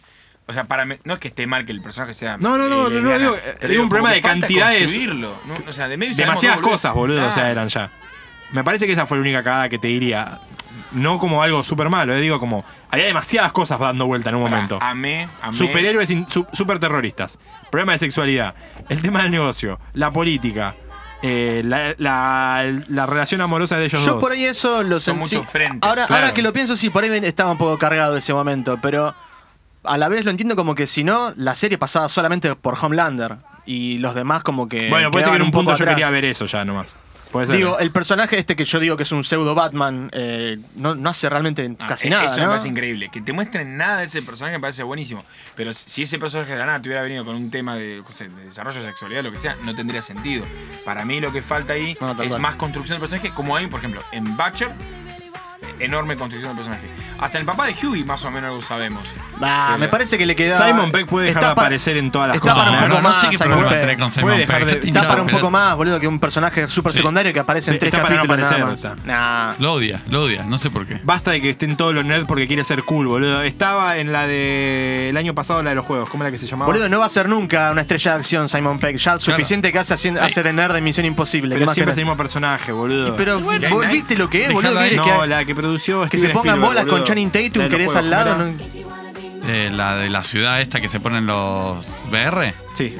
[SPEAKER 5] O sea, para mí- no es que esté mal que el personaje sea.
[SPEAKER 4] No, no, no,
[SPEAKER 5] eh,
[SPEAKER 4] no, no,
[SPEAKER 5] lesbiana,
[SPEAKER 4] digo, eh,
[SPEAKER 5] pero
[SPEAKER 4] digo un problema
[SPEAKER 5] como
[SPEAKER 4] de
[SPEAKER 5] que falta
[SPEAKER 4] cantidades.
[SPEAKER 5] construirlo, ¿no? O sea, de Mavis sabemos
[SPEAKER 4] Demasiadas
[SPEAKER 5] dos
[SPEAKER 4] cosas, boludo, o sea,
[SPEAKER 5] Ah.
[SPEAKER 4] eran ya. Me parece que esa fue la única cagada que te diría. No como algo súper malo, eh, digo como. Había demasiadas cosas dando vuelta en un
[SPEAKER 5] Pará,
[SPEAKER 4] momento.
[SPEAKER 5] Amé, amé.
[SPEAKER 4] Superhéroes, in- su- superterroristas, problema de sexualidad, el tema del negocio, la política, eh, la, la- la relación amorosa de ellos
[SPEAKER 2] Yo
[SPEAKER 4] dos.
[SPEAKER 2] por ahí eso lo
[SPEAKER 5] Son
[SPEAKER 2] sentí.
[SPEAKER 5] muchos frentes,
[SPEAKER 2] ahora,
[SPEAKER 5] claro.
[SPEAKER 2] ahora que lo pienso, sí, por ahí ven- estaba un poco cargado ese momento, pero a la vez lo entiendo como que si no, la serie pasaba solamente por Homelander y los demás como que.
[SPEAKER 4] Bueno, puede ser que en
[SPEAKER 2] quedaban
[SPEAKER 4] Eh, un punto
[SPEAKER 2] poco
[SPEAKER 4] yo
[SPEAKER 2] atrás.
[SPEAKER 4] quería ver eso ya nomás. Puede ser. eh.
[SPEAKER 2] Digo, el personaje este que yo digo que es un pseudo Batman, eh, no, no hace realmente
[SPEAKER 5] Ah,
[SPEAKER 2] casi
[SPEAKER 5] e-
[SPEAKER 2] nada.
[SPEAKER 5] Eso
[SPEAKER 2] ¿no?
[SPEAKER 5] me parece increíble. Que te muestren nada de ese personaje me parece buenísimo. Pero si ese personaje de la nada te hubiera venido con un tema de, no sé, de desarrollo de sexualidad, lo que sea, no tendría sentido. Para mí lo que falta ahí
[SPEAKER 2] No, tal
[SPEAKER 5] es
[SPEAKER 2] cual.
[SPEAKER 5] más construcción del personaje, como hay, por ejemplo, en Butcher, enorme construcción del personaje. Hasta el papá de Hughie más o menos lo sabemos.
[SPEAKER 2] Nah, Ah, me parece que le queda.
[SPEAKER 4] Simon Peck puede dejar
[SPEAKER 2] Está
[SPEAKER 4] de
[SPEAKER 2] pa-
[SPEAKER 4] aparecer en todas las
[SPEAKER 2] está
[SPEAKER 4] cosas,
[SPEAKER 2] Para un
[SPEAKER 4] ¿no?
[SPEAKER 2] poco
[SPEAKER 3] no
[SPEAKER 2] más,
[SPEAKER 3] sé qué
[SPEAKER 2] Simon
[SPEAKER 3] problema
[SPEAKER 2] Peck.
[SPEAKER 3] tenés con Simon
[SPEAKER 4] Puede
[SPEAKER 3] Peck,
[SPEAKER 4] dejar de-
[SPEAKER 3] está
[SPEAKER 4] está
[SPEAKER 2] Está
[SPEAKER 3] hinchado
[SPEAKER 2] para un
[SPEAKER 3] los
[SPEAKER 2] poco
[SPEAKER 3] pelotas.
[SPEAKER 2] más, boludo, que un personaje súper
[SPEAKER 3] Sí.
[SPEAKER 2] secundario que aparece en
[SPEAKER 4] Sí,
[SPEAKER 2] tres
[SPEAKER 4] está para no
[SPEAKER 2] capítulos. nada más.
[SPEAKER 4] aparecer, o sea.
[SPEAKER 2] Nah.
[SPEAKER 3] Lo odia, lo odia, no sé por qué.
[SPEAKER 4] Basta de que estén todos los nerds porque quiere ser cool, boludo. Estaba en la de. El año pasado, la de los juegos. ¿Cómo era que se llamaba?
[SPEAKER 2] Boludo, no va a ser nunca una estrella de acción Simon Peck. Ya suficiente que hace, haciendo- hace de nerd en Misión Imposible. ¿Qué
[SPEAKER 4] pero
[SPEAKER 2] más
[SPEAKER 4] siempre es el
[SPEAKER 2] querés?
[SPEAKER 4] mismo personaje, boludo.
[SPEAKER 2] Y Pero
[SPEAKER 5] Knight.
[SPEAKER 2] vos viste lo que es, boludo.
[SPEAKER 3] Dejala
[SPEAKER 2] ¿Querés
[SPEAKER 4] no,
[SPEAKER 2] que,
[SPEAKER 4] la que produció.
[SPEAKER 2] que se
[SPEAKER 4] Steven
[SPEAKER 2] pongan
[SPEAKER 4] Spielberg,
[SPEAKER 2] bolas con
[SPEAKER 4] boludo.
[SPEAKER 2] Channing
[SPEAKER 4] La
[SPEAKER 2] Tatum,
[SPEAKER 4] de los
[SPEAKER 2] querés al
[SPEAKER 4] juegos,
[SPEAKER 2] lado.
[SPEAKER 4] ¿cómo era?
[SPEAKER 2] ¿no?
[SPEAKER 3] Eh, la de la ciudad esta que se ponen los VR.
[SPEAKER 4] Sí.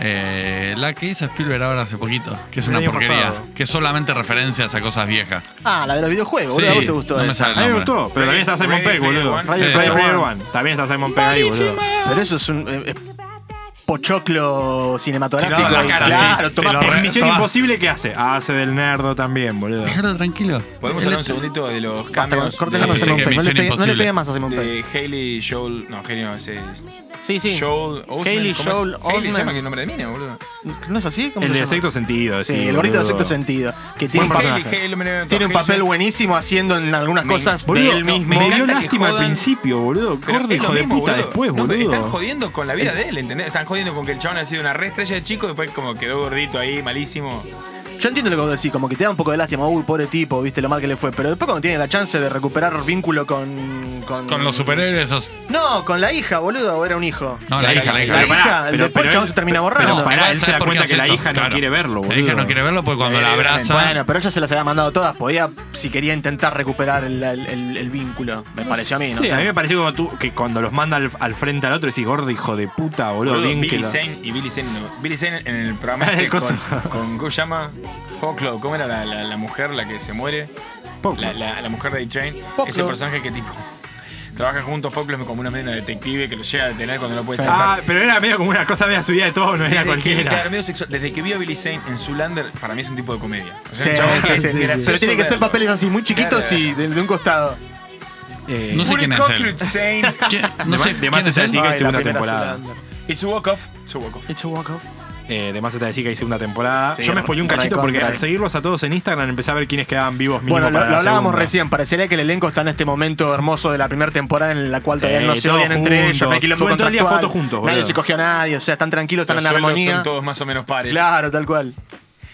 [SPEAKER 3] eh, la que hizo Spielberg ahora hace poquito, que es
[SPEAKER 4] El
[SPEAKER 3] una
[SPEAKER 4] año
[SPEAKER 3] porquería,
[SPEAKER 4] pasado.
[SPEAKER 3] que es solamente referencias a cosas viejas.
[SPEAKER 2] Ah, la de los videojuegos, boludo.
[SPEAKER 3] Sí,
[SPEAKER 2] ¿A vos te gustó
[SPEAKER 3] no me
[SPEAKER 2] esa?
[SPEAKER 3] sale.
[SPEAKER 4] A mí me
[SPEAKER 3] nombre.
[SPEAKER 4] gustó, pero también está Simon
[SPEAKER 5] Ready
[SPEAKER 4] Pegg,
[SPEAKER 5] Player
[SPEAKER 4] boludo.
[SPEAKER 5] One.
[SPEAKER 4] Ready
[SPEAKER 3] Eso.
[SPEAKER 4] Player One. También está Simon Pegg ahí, boludo.
[SPEAKER 2] Pero eso es un eh, eh, pochoclo cinematográfico.
[SPEAKER 5] Te lo dan la cara,
[SPEAKER 2] claro,
[SPEAKER 5] sí.
[SPEAKER 2] tomás
[SPEAKER 5] Te lo
[SPEAKER 4] En
[SPEAKER 2] pe-
[SPEAKER 4] Misión
[SPEAKER 2] tomás-
[SPEAKER 4] Imposible, ¿qué hace? Ah, Hace del nerdo también, boludo.
[SPEAKER 3] Déjalo tranquilo.
[SPEAKER 5] Podemos hablar un segundito de los
[SPEAKER 2] este- Basta,
[SPEAKER 5] cambios
[SPEAKER 2] corten la
[SPEAKER 3] Pensé
[SPEAKER 2] mano a Simon
[SPEAKER 3] que
[SPEAKER 2] Pegg. No le
[SPEAKER 3] Misión
[SPEAKER 2] pegue- No le
[SPEAKER 3] Imposible.
[SPEAKER 2] pegues más a Simon Pegg.
[SPEAKER 5] de Hayley Joel. No, Hayley no, ese es.
[SPEAKER 2] Sí, sí.
[SPEAKER 5] Joel Osment.
[SPEAKER 2] Hayley
[SPEAKER 5] ¿cómo es?
[SPEAKER 2] Joel
[SPEAKER 5] Hayley se
[SPEAKER 2] Osment.
[SPEAKER 5] llama que es nombre de mina, boludo.
[SPEAKER 2] ¿No es así? ¿Cómo
[SPEAKER 4] El
[SPEAKER 2] se
[SPEAKER 4] de
[SPEAKER 2] llama?
[SPEAKER 4] sexto sentido.
[SPEAKER 2] Sí, el gorrito de sexto sentido. Que tiene un
[SPEAKER 4] Buen
[SPEAKER 2] papel,
[SPEAKER 5] Hayley,
[SPEAKER 4] personaje.
[SPEAKER 5] Hayley, me-
[SPEAKER 2] tiene un
[SPEAKER 5] Hayley
[SPEAKER 2] papel
[SPEAKER 5] Joel-
[SPEAKER 2] buenísimo haciendo en algunas
[SPEAKER 5] Me-
[SPEAKER 2] cosas de
[SPEAKER 4] Boludo,
[SPEAKER 2] él mismo.
[SPEAKER 4] me dio
[SPEAKER 5] encanta que
[SPEAKER 4] lástima al
[SPEAKER 5] jodan.
[SPEAKER 4] principio, boludo.
[SPEAKER 5] Pero
[SPEAKER 4] Gordo,
[SPEAKER 5] es lo
[SPEAKER 4] hijo de
[SPEAKER 5] mismo,
[SPEAKER 4] puta,
[SPEAKER 5] boludo.
[SPEAKER 4] después,
[SPEAKER 5] No, pero están
[SPEAKER 4] boludo. Eh.
[SPEAKER 5] jodiendo con la vida de él, ¿entendés? Están jodiendo con que el chabón ha sido una re estrella de chico, después como quedó gordito ahí, malísimo.
[SPEAKER 2] Yo entiendo lo que vos decís, como que te da un poco de lástima, uy, pobre tipo, viste lo mal que le fue. Pero después cuando tiene la chance de recuperar vínculo con. Con,
[SPEAKER 3] Con los superhéroes, esos.
[SPEAKER 2] No, con la hija, boludo, o era un hijo.
[SPEAKER 3] No, la,
[SPEAKER 5] La
[SPEAKER 3] hija, la
[SPEAKER 5] hija,
[SPEAKER 2] La
[SPEAKER 3] hija.
[SPEAKER 4] Pero
[SPEAKER 2] hija,
[SPEAKER 4] pará,
[SPEAKER 2] el
[SPEAKER 4] pero-
[SPEAKER 2] después el
[SPEAKER 4] pero
[SPEAKER 2] chabón
[SPEAKER 4] él-
[SPEAKER 2] se termina
[SPEAKER 4] pero
[SPEAKER 2] borrando.
[SPEAKER 4] pará,
[SPEAKER 3] igual,
[SPEAKER 4] él se
[SPEAKER 3] ¿sabes por
[SPEAKER 4] da
[SPEAKER 3] qué
[SPEAKER 4] cuenta
[SPEAKER 3] hace
[SPEAKER 4] que la
[SPEAKER 3] eso?
[SPEAKER 4] hija no quiere verlo,
[SPEAKER 3] La hija
[SPEAKER 4] boludo.
[SPEAKER 3] no quiere verlo porque cuando
[SPEAKER 5] Eh,
[SPEAKER 3] la abraza.
[SPEAKER 2] Bueno, pero ella se las había mandado todas, podía, si quería, intentar recuperar el, el- el- el vínculo, me pareció a mí, ¿no?
[SPEAKER 4] Sí,
[SPEAKER 2] sé.
[SPEAKER 4] a mí me pareció como tú, que cuando los manda al, al frente al otro decís, gordo, hijo de puta, boludo.
[SPEAKER 5] Boludo,
[SPEAKER 4] bien que
[SPEAKER 5] Billy
[SPEAKER 4] lo-
[SPEAKER 5] Zane y Billy Zane no. Billy Zane en el programa
[SPEAKER 4] (laughs) Ah,
[SPEAKER 5] ese
[SPEAKER 4] el coso.
[SPEAKER 5] con, con- ¿cómo se llama? Hawklow, ¿cómo era la, la- la mujer la que se muere?
[SPEAKER 4] Poco.
[SPEAKER 5] La, la- la mujer de A-Train.
[SPEAKER 2] Hawklow.
[SPEAKER 5] Ese personaje que tipo trabaja juntos Hawklow como una medio detective que lo llega a detener cuando no puede salir.
[SPEAKER 4] Ah, pero era medio como una cosa media subida de todo, no
[SPEAKER 5] (laughs)
[SPEAKER 4] Ah, era
[SPEAKER 5] Que, claro,
[SPEAKER 4] cualquiera.
[SPEAKER 5] medio sexual. Desde que vi a Billy Zane en Zoolander, para mí es un tipo de comedia. O
[SPEAKER 2] Sí,
[SPEAKER 5] sea, un
[SPEAKER 2] (laughs)
[SPEAKER 5] chabón
[SPEAKER 2] sí,
[SPEAKER 5] que es
[SPEAKER 2] sí, sí.
[SPEAKER 5] gracioso
[SPEAKER 2] Pero tiene que ser
[SPEAKER 5] verlo.
[SPEAKER 2] papeles así, muy chiquitos
[SPEAKER 5] Claro.
[SPEAKER 2] y de, de un costado.
[SPEAKER 4] Eh, (laughs)
[SPEAKER 3] No sé
[SPEAKER 5] Woody
[SPEAKER 3] quién es él.
[SPEAKER 2] (laughs)
[SPEAKER 5] Cochran Zane.
[SPEAKER 3] ¿Quién- No sé
[SPEAKER 4] De más- de
[SPEAKER 3] quién
[SPEAKER 4] más
[SPEAKER 3] es
[SPEAKER 4] está
[SPEAKER 3] él?
[SPEAKER 4] Sí, que hay
[SPEAKER 2] Ay, la
[SPEAKER 4] segunda
[SPEAKER 2] primera
[SPEAKER 4] temporada.
[SPEAKER 2] Zoolander.
[SPEAKER 5] It's a walk-off. It's a walk-off.
[SPEAKER 2] It's a walk-off.
[SPEAKER 4] Eh, de más está decir que hay segunda temporada.
[SPEAKER 2] Sí,
[SPEAKER 4] Yo me spoilé un cachito
[SPEAKER 2] recontra.
[SPEAKER 4] porque al seguirlos a todos en Instagram empecé a ver quiénes quedaban vivos mínimo
[SPEAKER 2] Bueno, lo,
[SPEAKER 4] para
[SPEAKER 2] lo
[SPEAKER 4] la
[SPEAKER 2] hablábamos
[SPEAKER 4] segunda.
[SPEAKER 2] recién, parecería que el elenco está en este momento hermoso de la primera temporada en la cual todavía
[SPEAKER 4] Sí,
[SPEAKER 2] no se
[SPEAKER 4] todos
[SPEAKER 2] odian entre ellos, no hay
[SPEAKER 4] juntos.
[SPEAKER 2] quilombo
[SPEAKER 4] Suben todo el día
[SPEAKER 2] contractual,
[SPEAKER 4] fotos juntos,
[SPEAKER 2] nadie
[SPEAKER 4] boludo.
[SPEAKER 2] se cogió a nadie, o sea, están tranquilos, están
[SPEAKER 5] Los
[SPEAKER 2] en la
[SPEAKER 5] sueldos
[SPEAKER 2] armonía.
[SPEAKER 5] Son todos más o menos pares.
[SPEAKER 2] Claro, tal cual.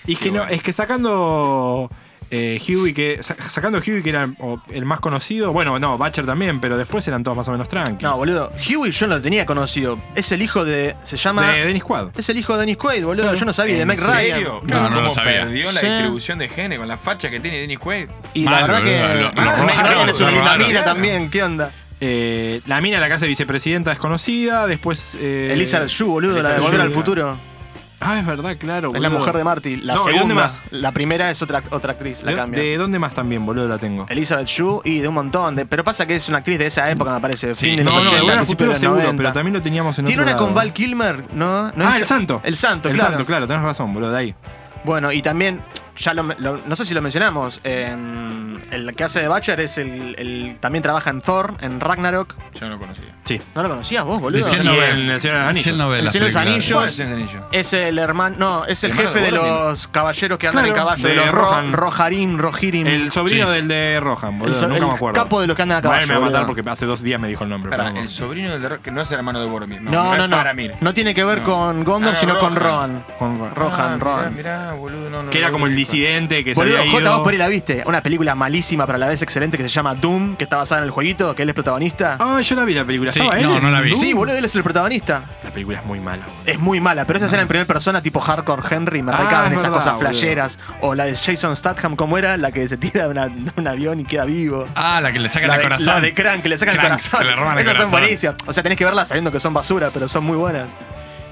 [SPEAKER 4] Y es que
[SPEAKER 5] Qué
[SPEAKER 4] no,
[SPEAKER 5] bueno.
[SPEAKER 4] es que sacando eh, Huey, que sa- sacando Huey que era o, el más conocido, bueno, no, Batcher también, pero después eran todos más o menos tranqui.
[SPEAKER 2] No, boludo, Huey yo no lo tenía conocido. Es el hijo de. Se llama.
[SPEAKER 4] de Dennis Quad.
[SPEAKER 2] Es el hijo de Dennis Quaid, boludo. Yo no sabía, de
[SPEAKER 5] ¿En
[SPEAKER 2] Meg
[SPEAKER 5] serio?
[SPEAKER 2] Ryan.
[SPEAKER 3] No, no lo
[SPEAKER 5] ¿Cómo
[SPEAKER 3] sabía.
[SPEAKER 5] perdió la
[SPEAKER 2] Sí.
[SPEAKER 5] distribución de genes con la facha que tiene Dennis Quaid?
[SPEAKER 2] Y
[SPEAKER 3] Mal,
[SPEAKER 2] la verdad
[SPEAKER 3] boludo,
[SPEAKER 2] que.
[SPEAKER 3] lo-
[SPEAKER 5] lo
[SPEAKER 2] Meg
[SPEAKER 5] robaron,
[SPEAKER 2] Ryan es una
[SPEAKER 5] lo
[SPEAKER 2] linda
[SPEAKER 5] robaron.
[SPEAKER 2] mina también, ¿qué onda?
[SPEAKER 4] Eh, la mina de la casa de vicepresidenta es conocida, después eh,
[SPEAKER 2] Elizabeth Shue, boludo, la de
[SPEAKER 4] Elizabeth
[SPEAKER 2] Volver
[SPEAKER 4] Shue.
[SPEAKER 2] al Futuro.
[SPEAKER 4] Ah, es verdad, claro.
[SPEAKER 2] Es la
[SPEAKER 4] boludo.
[SPEAKER 2] mujer de Marty. La
[SPEAKER 4] No, ¿y dónde
[SPEAKER 2] segunda.
[SPEAKER 4] más?
[SPEAKER 2] La primera es otra, otra actriz, la
[SPEAKER 4] ¿De,
[SPEAKER 2] cambia.
[SPEAKER 4] de dónde más también, boludo, la tengo?
[SPEAKER 2] Elizabeth Shue y de un montón. De, pero pasa que es una actriz de esa época, me parece. de
[SPEAKER 3] Sí,
[SPEAKER 2] fin de
[SPEAKER 3] no,
[SPEAKER 2] los
[SPEAKER 3] no,
[SPEAKER 2] 80,
[SPEAKER 3] de Volver al
[SPEAKER 2] principio de los 90.
[SPEAKER 4] pero también lo teníamos en
[SPEAKER 2] Tiene
[SPEAKER 4] otro
[SPEAKER 2] una con
[SPEAKER 4] lado.
[SPEAKER 2] Val Kilmer, ¿no? ¿No
[SPEAKER 4] Ah,
[SPEAKER 2] es-
[SPEAKER 4] el santo.
[SPEAKER 2] El santo,
[SPEAKER 4] El
[SPEAKER 2] claro.
[SPEAKER 4] santo, claro, tenés razón, boludo, de ahí.
[SPEAKER 2] Bueno, y también, ya lo- lo- no sé si lo mencionamos, em, el que hace de Butcher es el, el- también trabaja en Thor, en Ragnarok.
[SPEAKER 5] Yo no lo conocía.
[SPEAKER 4] Sí.
[SPEAKER 2] ¿No lo conocías vos, boludo?
[SPEAKER 3] Diciendo-
[SPEAKER 4] Y
[SPEAKER 3] ve-
[SPEAKER 4] en El Señor de los Anillos.
[SPEAKER 3] Cien novelas,
[SPEAKER 2] El Señor de los
[SPEAKER 3] películas.
[SPEAKER 2] Anillos.
[SPEAKER 5] ¿Cuál es el anillo?
[SPEAKER 2] Es el hermano, no, es el,
[SPEAKER 5] ¿El hermano
[SPEAKER 2] jefe de
[SPEAKER 5] de Boromir?
[SPEAKER 2] los caballeros que andan
[SPEAKER 4] Claro,
[SPEAKER 2] en caballo, de
[SPEAKER 4] de
[SPEAKER 2] los Ro-
[SPEAKER 4] Rohan.
[SPEAKER 2] Roharim, Rohirrim.
[SPEAKER 4] El sobrino
[SPEAKER 3] Sí.
[SPEAKER 4] del de Rohan, boludo,
[SPEAKER 2] El so-
[SPEAKER 4] nunca
[SPEAKER 2] el
[SPEAKER 4] me acuerdo.
[SPEAKER 2] capo de los que andan a caballo,
[SPEAKER 4] Vale, me va a matar
[SPEAKER 2] boludo.
[SPEAKER 4] porque hace dos días me dijo el nombre.
[SPEAKER 5] Pará,
[SPEAKER 4] pero no.
[SPEAKER 5] el sobrino del Ro- que no es el hermano de Boromir. No,
[SPEAKER 2] no, no,
[SPEAKER 5] es
[SPEAKER 2] no.
[SPEAKER 5] Faramir.
[SPEAKER 2] No tiene que ver
[SPEAKER 5] No.
[SPEAKER 2] con Gondor,
[SPEAKER 5] Ah,
[SPEAKER 2] sino con Rohan.
[SPEAKER 5] Rohan.
[SPEAKER 4] Con-
[SPEAKER 2] Rohan,
[SPEAKER 5] Ah, mirá,
[SPEAKER 2] Rohan.
[SPEAKER 5] Mirá, boludo, no, no,
[SPEAKER 4] que era
[SPEAKER 5] no,
[SPEAKER 4] como el
[SPEAKER 5] no.
[SPEAKER 2] E.
[SPEAKER 4] disidente que se
[SPEAKER 2] Boludo,
[SPEAKER 4] había
[SPEAKER 2] J,
[SPEAKER 4] ido.
[SPEAKER 2] vos por ahí la viste. Una película malísima, pero a la vez excelente, que se llama Doom, que está basada en el jueguito, que él es protagonista.
[SPEAKER 4] Ah, yo la vi la película.
[SPEAKER 3] Sí,
[SPEAKER 4] ¿Estaba
[SPEAKER 3] no,
[SPEAKER 4] él?
[SPEAKER 3] no la vi.
[SPEAKER 2] Sí, boludo, él es el protagonista.
[SPEAKER 4] La película es muy mala. boludo.
[SPEAKER 2] Es muy mala, pero esa escena en primera persona, tipo Hardcore Henry, me
[SPEAKER 4] Ah,
[SPEAKER 2] recaban
[SPEAKER 4] es
[SPEAKER 2] esas
[SPEAKER 4] verdad,
[SPEAKER 2] cosas
[SPEAKER 4] boludo.
[SPEAKER 2] flasheras. O la de Jason Statham, como era, la que se tira de, una- de un avión y queda vivo.
[SPEAKER 3] Ah, la que le sacan
[SPEAKER 2] la,
[SPEAKER 3] el
[SPEAKER 2] de,
[SPEAKER 3] corazón.
[SPEAKER 2] la de Crank, que le sacan el
[SPEAKER 3] Crank,
[SPEAKER 2] corazón.
[SPEAKER 3] que le roban el
[SPEAKER 2] Esas son
[SPEAKER 3] corazón.
[SPEAKER 2] buenísimas. O sea, tenés que verlas sabiendo que son basura, pero son muy buenas.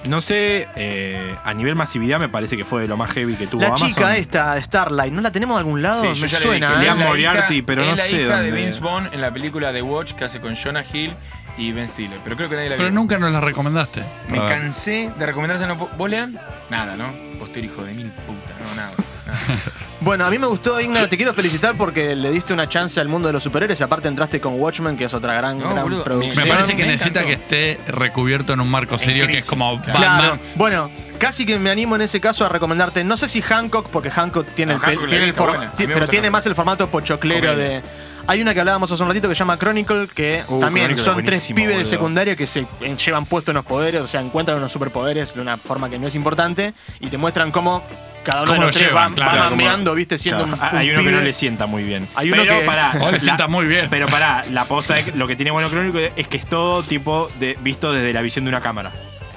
[SPEAKER 4] No sé, eh, a nivel masividad me parece que fue de lo más heavy que tuvo
[SPEAKER 2] la
[SPEAKER 4] Amazon.
[SPEAKER 2] chica esta, Starlight, ¿no la tenemos de algún lado?
[SPEAKER 5] Sí,
[SPEAKER 2] me
[SPEAKER 5] yo ya le
[SPEAKER 2] suena.
[SPEAKER 5] dije,
[SPEAKER 2] ¿eh?
[SPEAKER 5] es
[SPEAKER 4] Lean
[SPEAKER 5] la
[SPEAKER 4] Moriarty,
[SPEAKER 5] hija-
[SPEAKER 4] pero no
[SPEAKER 5] es la
[SPEAKER 4] sé
[SPEAKER 5] hija de
[SPEAKER 4] dónde.
[SPEAKER 5] Vince Vaughn en la película The Watch que hace con Jonah Hill y Ben Stiller. Pero creo que nadie la
[SPEAKER 3] Pero
[SPEAKER 5] vio.
[SPEAKER 3] nunca nos la recomendaste.
[SPEAKER 5] Me
[SPEAKER 3] A ver.
[SPEAKER 5] cansé de recomendárselo. ¿Vos lean? Nada, ¿no? Vos te hijo de mil putas. No, nada. nada.
[SPEAKER 3] (laughs)
[SPEAKER 2] Bueno, a mí me gustó, Igna, te quiero felicitar porque le diste una chance al mundo de los superhéroes. Aparte entraste con Watchmen, que es otra gran,
[SPEAKER 5] No,
[SPEAKER 2] gran
[SPEAKER 5] boludo, me-
[SPEAKER 2] producción.
[SPEAKER 3] Me parece que
[SPEAKER 5] Me
[SPEAKER 3] necesita que
[SPEAKER 5] encantó.
[SPEAKER 3] esté recubierto en un marco serio que es
[SPEAKER 5] crisis,
[SPEAKER 3] como
[SPEAKER 5] claro.
[SPEAKER 2] Claro.
[SPEAKER 3] Batman.
[SPEAKER 2] (laughs) Bueno, casi que me animo en ese caso a recomendarte, no sé si Hancock, porque Hancock tiene
[SPEAKER 5] No,
[SPEAKER 2] el, pe-
[SPEAKER 5] Hancock la
[SPEAKER 2] tiene
[SPEAKER 5] vi,
[SPEAKER 2] el
[SPEAKER 5] está
[SPEAKER 2] forma-
[SPEAKER 5] buena. A mí
[SPEAKER 2] ti-
[SPEAKER 5] me
[SPEAKER 2] pero
[SPEAKER 5] gusta
[SPEAKER 2] tiene
[SPEAKER 5] Hancock.
[SPEAKER 2] más el formato pochoclero
[SPEAKER 5] Comedia.
[SPEAKER 2] de hay una que hablábamos hace un ratito que se llama Chronicle, que
[SPEAKER 4] Uh,
[SPEAKER 2] también
[SPEAKER 4] Chronicle
[SPEAKER 2] son
[SPEAKER 4] es
[SPEAKER 2] tres
[SPEAKER 4] buenísimo,
[SPEAKER 2] pibes de
[SPEAKER 4] boludo.
[SPEAKER 2] secundaria que se eh, llevan puestos unos poderes, o sea, encuentran unos superpoderes de una forma que no es importante y te muestran cómo cada uno de
[SPEAKER 3] Cómo
[SPEAKER 2] los
[SPEAKER 3] lo
[SPEAKER 2] tres
[SPEAKER 3] llevan,
[SPEAKER 2] va,
[SPEAKER 3] claro,
[SPEAKER 2] va
[SPEAKER 3] como-
[SPEAKER 2] mameando, viste, siendo
[SPEAKER 4] Claro, Ah,
[SPEAKER 2] un- un
[SPEAKER 4] hay uno que no
[SPEAKER 2] pibe.
[SPEAKER 4] le sienta muy bien.
[SPEAKER 2] Hay uno
[SPEAKER 4] pero
[SPEAKER 2] que-
[SPEAKER 4] pará,
[SPEAKER 3] O le
[SPEAKER 4] la-
[SPEAKER 3] sienta muy bien.
[SPEAKER 4] Pero pará, la posta es que lo que tiene bueno crónico es que es todo tipo de visto desde la visión de una cámara.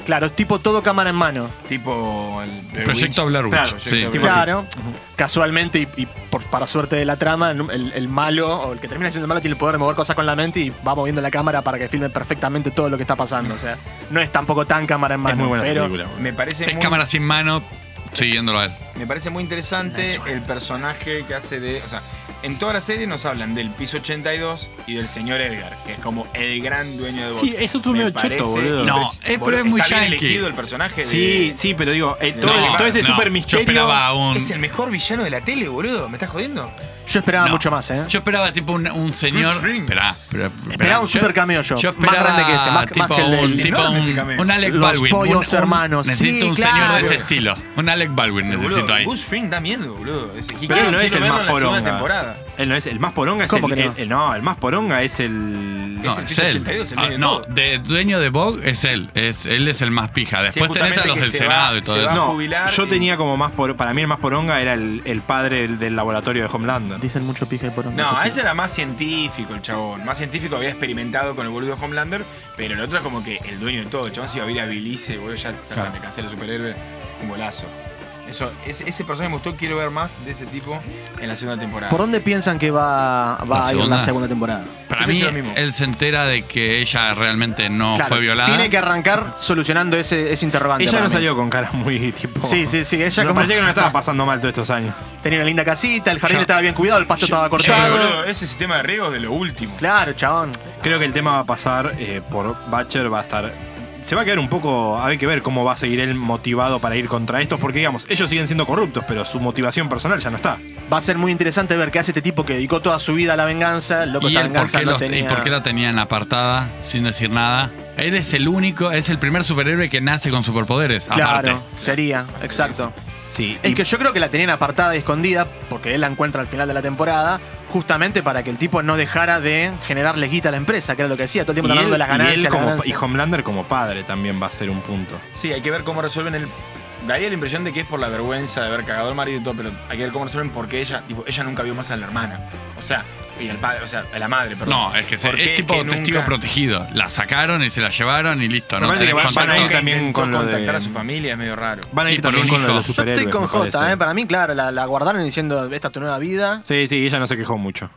[SPEAKER 2] Claro, tipo todo cámara en mano.
[SPEAKER 5] Tipo el Blair
[SPEAKER 3] Proyecto
[SPEAKER 5] Witch.
[SPEAKER 3] Blair Witch,
[SPEAKER 5] Claro,
[SPEAKER 3] sí.
[SPEAKER 5] Proyecto Blair Witch.
[SPEAKER 2] Claro. Casualmente y, y por- para suerte de la trama, el, el malo o el que termina siendo el malo tiene el poder de mover cosas con la mente y va moviendo la cámara para que filme perfectamente todo lo que está pasando. O sea, no es tampoco tan cámara en mano.
[SPEAKER 4] es muy buena esa
[SPEAKER 2] pero
[SPEAKER 4] película. boludo.
[SPEAKER 5] Me parece,
[SPEAKER 3] Es
[SPEAKER 5] Este, muy,
[SPEAKER 3] cámara sin mano, siguiéndolo a él.
[SPEAKER 5] me parece muy interesante el personaje que hace de. O sea, en toda la serie nos hablan del piso 82 y del señor Edgar, que es como el gran dueño de
[SPEAKER 4] Sí, eso estuvo medio cheto, boludo.
[SPEAKER 3] No,
[SPEAKER 5] impres-
[SPEAKER 3] eh, pero es muy
[SPEAKER 5] Está bien
[SPEAKER 3] yankee.
[SPEAKER 5] elegido el personaje de-
[SPEAKER 4] Sí, sí, pero digo, eh, todo,
[SPEAKER 5] No,
[SPEAKER 4] todo ese
[SPEAKER 3] no,
[SPEAKER 4] super
[SPEAKER 3] Yo
[SPEAKER 4] misterio.
[SPEAKER 3] esperaba un.
[SPEAKER 5] Es el mejor villano de la tele, boludo. ¿Me estás jodiendo?
[SPEAKER 2] yo esperaba
[SPEAKER 3] No.
[SPEAKER 2] mucho más, ¿eh?
[SPEAKER 3] Yo esperaba tipo un, un señor.
[SPEAKER 5] Bruce Ring.
[SPEAKER 3] Esperá, esperá,
[SPEAKER 2] Esperaba un
[SPEAKER 3] Yo-
[SPEAKER 2] super cameo yo,
[SPEAKER 3] Yo
[SPEAKER 2] más
[SPEAKER 3] esperaba
[SPEAKER 2] grande que ese, más-
[SPEAKER 3] tipo
[SPEAKER 2] más que el de-
[SPEAKER 3] un,
[SPEAKER 2] Es
[SPEAKER 3] tipo
[SPEAKER 5] enorme ese
[SPEAKER 3] un,
[SPEAKER 5] cameo.
[SPEAKER 3] un Alec
[SPEAKER 2] Los
[SPEAKER 3] Baldwin.
[SPEAKER 2] pollos
[SPEAKER 3] un- un-
[SPEAKER 2] hermanos.
[SPEAKER 3] Necesito
[SPEAKER 2] Sí,
[SPEAKER 3] un señor de
[SPEAKER 2] claro.
[SPEAKER 3] ese estilo. Un Alec Baldwin necesito ahí.
[SPEAKER 5] Bush Fring da miedo, boludo. Es,
[SPEAKER 4] Pero él no es el
[SPEAKER 5] verlo
[SPEAKER 4] más
[SPEAKER 5] en la segunda
[SPEAKER 4] poronga.
[SPEAKER 5] temporada.
[SPEAKER 4] Él no es el más poronga, es el,
[SPEAKER 2] ¿Cómo que no?
[SPEAKER 4] el- el- no, el más poronga es el.
[SPEAKER 3] No,
[SPEAKER 5] el
[SPEAKER 3] es
[SPEAKER 5] piso
[SPEAKER 3] él.
[SPEAKER 5] 82, el
[SPEAKER 3] Ah,
[SPEAKER 5] dueño de
[SPEAKER 3] no,
[SPEAKER 5] todo.
[SPEAKER 3] de, dueño de Vogue es él. Es, él es el más pija. Después tenés a
[SPEAKER 5] justamente
[SPEAKER 3] los
[SPEAKER 5] que
[SPEAKER 3] del
[SPEAKER 5] se
[SPEAKER 3] Senado
[SPEAKER 5] va-
[SPEAKER 3] y todo
[SPEAKER 5] se
[SPEAKER 3] eso.
[SPEAKER 5] va a
[SPEAKER 4] No,
[SPEAKER 5] jubilar
[SPEAKER 4] yo
[SPEAKER 5] y-
[SPEAKER 4] tenía como más por, para mí el más poronga era el, el padre del, del laboratorio de Homelander.
[SPEAKER 2] Dicen mucho pija y por
[SPEAKER 5] No, ese era más científico el chabón. Más científico había experimentado con el boludo Homelander, pero el otro es como que el dueño de todo. El chabón se iba a ir a Belice, boludo, ya está,
[SPEAKER 4] Claro.
[SPEAKER 5] me cansé de los superhéroes. Un golazo. Eso, ese, ese personaje me gustó, quiero ver más de ese tipo en la segunda temporada. Eh,
[SPEAKER 2] ¿Por dónde piensan que va, va a
[SPEAKER 3] ¿La
[SPEAKER 2] ir la
[SPEAKER 3] segunda?
[SPEAKER 2] segunda temporada?
[SPEAKER 3] Para
[SPEAKER 5] Siempre
[SPEAKER 3] mí,
[SPEAKER 5] hizo lo mismo.
[SPEAKER 3] él se entera de que ella realmente no
[SPEAKER 2] Claro,
[SPEAKER 3] fue violada.
[SPEAKER 2] Tiene que arrancar solucionando ese, ese interrogante.
[SPEAKER 4] Ella
[SPEAKER 2] para
[SPEAKER 4] no
[SPEAKER 2] mí.
[SPEAKER 4] salió con cara muy (laughs) tipo.
[SPEAKER 2] Sí, sí, sí. Ella
[SPEAKER 4] no,
[SPEAKER 2] como-
[SPEAKER 4] parecía que no la estaba pasando mal todos estos años.
[SPEAKER 2] tenía una linda casita, el jardín
[SPEAKER 3] Yo-
[SPEAKER 2] estaba bien cuidado, el pasto
[SPEAKER 3] yo-
[SPEAKER 2] estaba
[SPEAKER 5] Pero,
[SPEAKER 2] cortado.
[SPEAKER 5] boludo, ese sistema de riego es de lo último.
[SPEAKER 2] Claro, chabón.
[SPEAKER 4] Creo que el tema va a pasar eh, por Butcher, va a estar. Se va a quedar un poco. Hay que ver cómo va a seguir él motivado para ir contra estos, porque digamos, ellos siguen siendo corruptos, pero su motivación personal ya no está.
[SPEAKER 2] Va a ser muy interesante ver qué hace este tipo que dedicó toda su vida a la venganza. Loco,
[SPEAKER 3] ¿Y,
[SPEAKER 2] esta
[SPEAKER 3] él, por
[SPEAKER 2] venganza
[SPEAKER 3] qué
[SPEAKER 2] no
[SPEAKER 3] los-
[SPEAKER 2] tenía.
[SPEAKER 3] ¿Y por qué la tenían apartada sin decir nada? Él es el único, es el primer superhéroe que nace con superpoderes.
[SPEAKER 2] Claro,
[SPEAKER 3] Aparte.
[SPEAKER 2] sería, exacto.
[SPEAKER 4] Sí.
[SPEAKER 2] Es
[SPEAKER 4] y-
[SPEAKER 2] que yo creo que la tenían apartada y escondida, porque él la encuentra al final de la temporada, justamente para que el tipo no dejara de generarle guita a la empresa, que era lo que hacía, todo el tiempo
[SPEAKER 4] y
[SPEAKER 2] hablando de
[SPEAKER 4] él-
[SPEAKER 2] las
[SPEAKER 4] y él
[SPEAKER 2] ganancias. las
[SPEAKER 4] como- y
[SPEAKER 2] ganancias.
[SPEAKER 4] Homelander como padre también va a ser un punto.
[SPEAKER 5] Sí, hay que ver cómo resuelven el. Daría la impresión de que es por la vergüenza de haber cagado al marido y todo, pero hay que ver cómo resuelven porque ella, tipo, ella nunca vio más a la hermana. O sea, y al padre, o sea, a la madre, perdón.
[SPEAKER 3] No, es que se-
[SPEAKER 5] ¿Por qué
[SPEAKER 3] es tipo
[SPEAKER 5] que
[SPEAKER 3] testigo
[SPEAKER 5] nunca-
[SPEAKER 3] protegido. La sacaron y se la llevaron y listo.
[SPEAKER 4] Me
[SPEAKER 3] No
[SPEAKER 4] parece que
[SPEAKER 3] tenés
[SPEAKER 4] van-
[SPEAKER 5] Van
[SPEAKER 3] contacto.
[SPEAKER 5] a ir
[SPEAKER 4] Nunca
[SPEAKER 5] también
[SPEAKER 4] intentó
[SPEAKER 5] con lo de-
[SPEAKER 4] contactar
[SPEAKER 5] contactar
[SPEAKER 4] a
[SPEAKER 5] a
[SPEAKER 4] su
[SPEAKER 5] su familia, es medio raro.
[SPEAKER 4] Van a
[SPEAKER 3] Y
[SPEAKER 4] ir
[SPEAKER 3] por
[SPEAKER 4] también
[SPEAKER 3] un
[SPEAKER 4] con lo de
[SPEAKER 3] hijo. Yo
[SPEAKER 4] los
[SPEAKER 2] Yo
[SPEAKER 4] superhéroes.
[SPEAKER 2] estoy con
[SPEAKER 4] me
[SPEAKER 2] J,
[SPEAKER 4] parece.
[SPEAKER 2] ¿eh? para mí, claro, la, la guardaron diciendo esta es tu nueva vida.
[SPEAKER 4] Sí, sí, ella no se quejó mucho.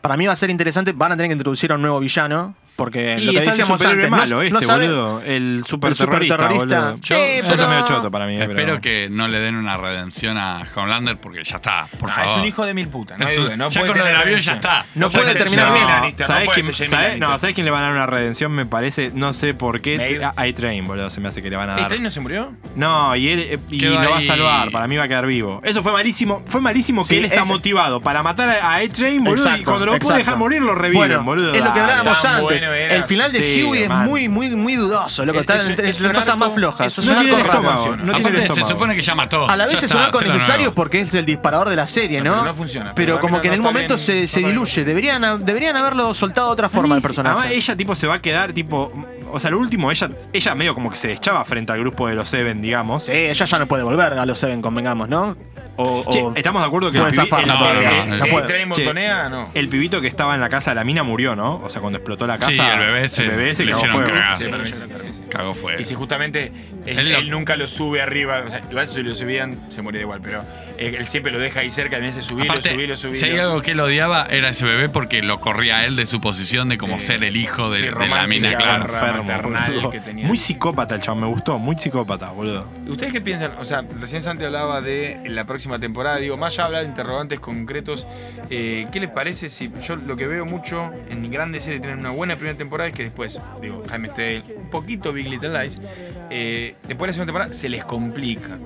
[SPEAKER 2] Para mí va a ser interesante, van a tener que introducir a un nuevo villano, porque
[SPEAKER 4] Y
[SPEAKER 2] lo que
[SPEAKER 4] está el
[SPEAKER 2] decíamos
[SPEAKER 4] superhéroe
[SPEAKER 2] antes,
[SPEAKER 4] malo
[SPEAKER 2] no,
[SPEAKER 4] este,
[SPEAKER 2] no sabe-
[SPEAKER 4] boludo. El superterrorista,
[SPEAKER 2] superterrorista.
[SPEAKER 4] boludo.
[SPEAKER 2] Sí,
[SPEAKER 4] Eso
[SPEAKER 2] pero-
[SPEAKER 4] es medio choto para mí. eh,
[SPEAKER 3] Espero
[SPEAKER 4] pero-
[SPEAKER 3] que no le den una redención a Homelander porque ya está, por
[SPEAKER 5] Ah,
[SPEAKER 3] favor.
[SPEAKER 5] es un hijo de mil putas, no hay
[SPEAKER 3] Es un-
[SPEAKER 5] duda, no
[SPEAKER 3] ya
[SPEAKER 5] puede
[SPEAKER 3] con lo
[SPEAKER 5] tener
[SPEAKER 3] del avión ya
[SPEAKER 5] redención.
[SPEAKER 3] está.
[SPEAKER 2] No
[SPEAKER 5] Ya
[SPEAKER 2] puede
[SPEAKER 5] se-
[SPEAKER 2] terminar
[SPEAKER 5] no,
[SPEAKER 2] bien.
[SPEAKER 5] Lannister, no
[SPEAKER 4] ¿sabés
[SPEAKER 5] puede
[SPEAKER 4] quién,
[SPEAKER 5] ser Jamie
[SPEAKER 4] ¿sabés-
[SPEAKER 5] Lannister.
[SPEAKER 4] no, ¿sabés quién le van a dar una redención? Me parece, no sé por qué.
[SPEAKER 5] Maeve.
[SPEAKER 4] A A-Train, boludo, se me hace que le van a
[SPEAKER 5] ¿Eh,
[SPEAKER 4] dar.
[SPEAKER 5] Tren no se murió?
[SPEAKER 4] No, y él eh, y
[SPEAKER 3] Quedó
[SPEAKER 4] lo va a
[SPEAKER 3] ahí.
[SPEAKER 4] salvar. Para mí va a quedar vivo. Eso fue malísimo. Fue malísimo
[SPEAKER 2] Sí,
[SPEAKER 4] que él está
[SPEAKER 2] ese-
[SPEAKER 4] motivado para matar a A-Train, boludo. y
[SPEAKER 2] Exacto,
[SPEAKER 4] cuando lo puede
[SPEAKER 2] exacto.
[SPEAKER 4] dejar morir, lo reviven,
[SPEAKER 2] Bueno,
[SPEAKER 4] boludo.
[SPEAKER 2] Es lo que
[SPEAKER 4] Dale.
[SPEAKER 2] hablábamos
[SPEAKER 5] Tan
[SPEAKER 2] antes.
[SPEAKER 5] bueno era,
[SPEAKER 2] el final de
[SPEAKER 4] sí,
[SPEAKER 2] Huey es
[SPEAKER 4] man.
[SPEAKER 2] muy, muy, muy dudoso, loco.
[SPEAKER 5] Es-
[SPEAKER 2] Está
[SPEAKER 5] es un-
[SPEAKER 2] entre
[SPEAKER 5] es
[SPEAKER 2] las
[SPEAKER 5] un
[SPEAKER 2] cosas más
[SPEAKER 5] arco-
[SPEAKER 2] flojas. Es
[SPEAKER 5] es un
[SPEAKER 2] un
[SPEAKER 4] No tiene
[SPEAKER 2] arco
[SPEAKER 4] el
[SPEAKER 2] raro.
[SPEAKER 4] estómago. No tiene el
[SPEAKER 3] Aparte, se
[SPEAKER 4] estómago.
[SPEAKER 3] supone que ya mató.
[SPEAKER 2] A la
[SPEAKER 3] Ya
[SPEAKER 2] vez es un
[SPEAKER 3] está,
[SPEAKER 2] arco
[SPEAKER 3] se lo
[SPEAKER 2] necesario
[SPEAKER 3] nuevo.
[SPEAKER 2] porque es el disparador de la serie,
[SPEAKER 5] No,
[SPEAKER 2] ¿no?
[SPEAKER 5] pero no funciona.
[SPEAKER 2] Pero
[SPEAKER 5] Para
[SPEAKER 2] como
[SPEAKER 5] mí
[SPEAKER 2] que en
[SPEAKER 5] no
[SPEAKER 2] el
[SPEAKER 5] está
[SPEAKER 2] momento
[SPEAKER 5] bien,
[SPEAKER 2] se,
[SPEAKER 5] no
[SPEAKER 2] se
[SPEAKER 5] está
[SPEAKER 2] diluye. Deberían, ha- deberían haberlo soltado de otra forma el
[SPEAKER 4] Además,
[SPEAKER 2] personaje.
[SPEAKER 4] Ah, ella tipo se va a quedar tipo. O sea, lo último, ella, ella medio como que se deschaba frente al grupo de los Seven, digamos.
[SPEAKER 2] Sí, ella ya no puede volver a los Seven, convengamos, ¿no? O,
[SPEAKER 4] Che,
[SPEAKER 2] o-
[SPEAKER 4] estamos de acuerdo que
[SPEAKER 2] Pueden
[SPEAKER 4] pibi-
[SPEAKER 2] zafarla
[SPEAKER 4] el-
[SPEAKER 3] todavía,
[SPEAKER 4] el-
[SPEAKER 3] no,
[SPEAKER 4] el-
[SPEAKER 2] no
[SPEAKER 5] ¿El
[SPEAKER 2] puede.
[SPEAKER 5] Tren
[SPEAKER 4] Che,
[SPEAKER 5] montonea? No.
[SPEAKER 4] El pibito que estaba en la casa de la mina murió, ¿no? O sea, cuando explotó la casa.
[SPEAKER 3] Sí, el bebé se,
[SPEAKER 4] el bebé se
[SPEAKER 3] le
[SPEAKER 4] cagó
[SPEAKER 3] hicieron
[SPEAKER 4] fuego.
[SPEAKER 3] cagar.
[SPEAKER 5] Sí,
[SPEAKER 3] Sí, Eh.
[SPEAKER 5] sí, sí, sí.
[SPEAKER 3] Cagó fuego.
[SPEAKER 5] Y si justamente él,
[SPEAKER 3] Él lo-
[SPEAKER 5] él nunca lo sube arriba, o sea, igual si lo subían se moría igual, pero él, él siempre lo deja ahí cerca, en ese subilo,
[SPEAKER 3] Aparte,
[SPEAKER 5] subilo, subilo.
[SPEAKER 3] si hay algo que él odiaba era ese bebé porque lo corría a él de su posición de como
[SPEAKER 5] Sí.
[SPEAKER 3] ser el hijo de,
[SPEAKER 5] Sí,
[SPEAKER 3] de la
[SPEAKER 5] romántica,
[SPEAKER 3] mina, claro.
[SPEAKER 5] barra maternal
[SPEAKER 4] boludo.
[SPEAKER 5] que tenía.
[SPEAKER 4] Muy psicópata el chabón, me gustó, muy psicópata, boludo.
[SPEAKER 5] ¿Ustedes qué piensan? O sea, recién Santi hablaba de la próxima temporada. Digo, más allá de hablar de interrogantes concretos, eh, ¿qué les parece si yo lo que veo mucho en grandes series tienen una buena primera temporada es que después, digo, Jaime Tale, un poquito Big Little Lies, eh, después de la segunda temporada se les complica.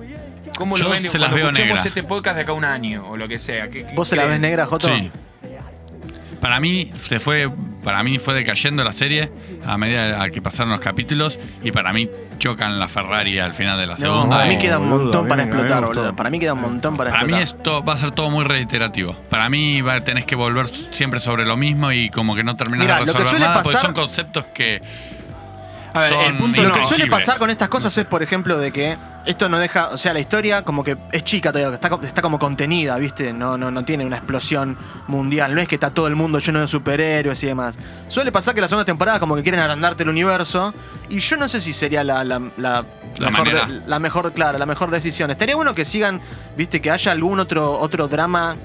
[SPEAKER 5] ¿Cómo
[SPEAKER 3] Yo
[SPEAKER 5] lo ven?
[SPEAKER 3] se
[SPEAKER 5] Cuando
[SPEAKER 3] las veo
[SPEAKER 5] escuchemos
[SPEAKER 3] negras.
[SPEAKER 5] este podcast de acá a un año o lo que sea. ¿qué- qué
[SPEAKER 2] ¿Vos se la ves
[SPEAKER 5] creen?
[SPEAKER 2] negra, Joto?
[SPEAKER 3] Sí. Para mí se fue, para mí fue decayendo la serie a medida a que pasaron los capítulos y para mí chocan la Ferrari al final de la
[SPEAKER 2] No,
[SPEAKER 3] segunda.
[SPEAKER 2] para mí
[SPEAKER 3] Y-
[SPEAKER 2] queda un
[SPEAKER 4] boludo, a
[SPEAKER 2] montón
[SPEAKER 4] mí
[SPEAKER 2] para
[SPEAKER 4] me- a mí me
[SPEAKER 2] explotar,
[SPEAKER 4] gustó.
[SPEAKER 2] boludo. Para mí queda un montón para
[SPEAKER 3] para mí
[SPEAKER 2] explotar.
[SPEAKER 3] esto va a ser todo muy reiterativo. Para mí va a tenés que volver siempre sobre lo mismo y como que no terminas
[SPEAKER 2] Mirá,
[SPEAKER 3] de
[SPEAKER 2] lo que
[SPEAKER 3] resolver
[SPEAKER 2] suele
[SPEAKER 3] nada porque
[SPEAKER 2] pasar-
[SPEAKER 3] son conceptos que
[SPEAKER 4] A ver,
[SPEAKER 3] son
[SPEAKER 4] el punto
[SPEAKER 2] Lo que suele
[SPEAKER 3] intangibles.
[SPEAKER 2] pasar con estas cosas es, por ejemplo, de que Esto no deja, o sea, la historia como que es chica todavía, está, co- está como contenida, ¿viste? No, no, no tiene una explosión mundial, no es que está todo el mundo lleno de superhéroes y demás. Suele pasar que las segunda temporadas como que quieren agrandarte el universo y yo no sé si sería la, la, la-
[SPEAKER 3] La
[SPEAKER 2] mejor,
[SPEAKER 3] manera.
[SPEAKER 2] de- la mejor, claro, la mejor decisión. Estaría bueno que sigan, ¿viste? Que haya algún otro, otro drama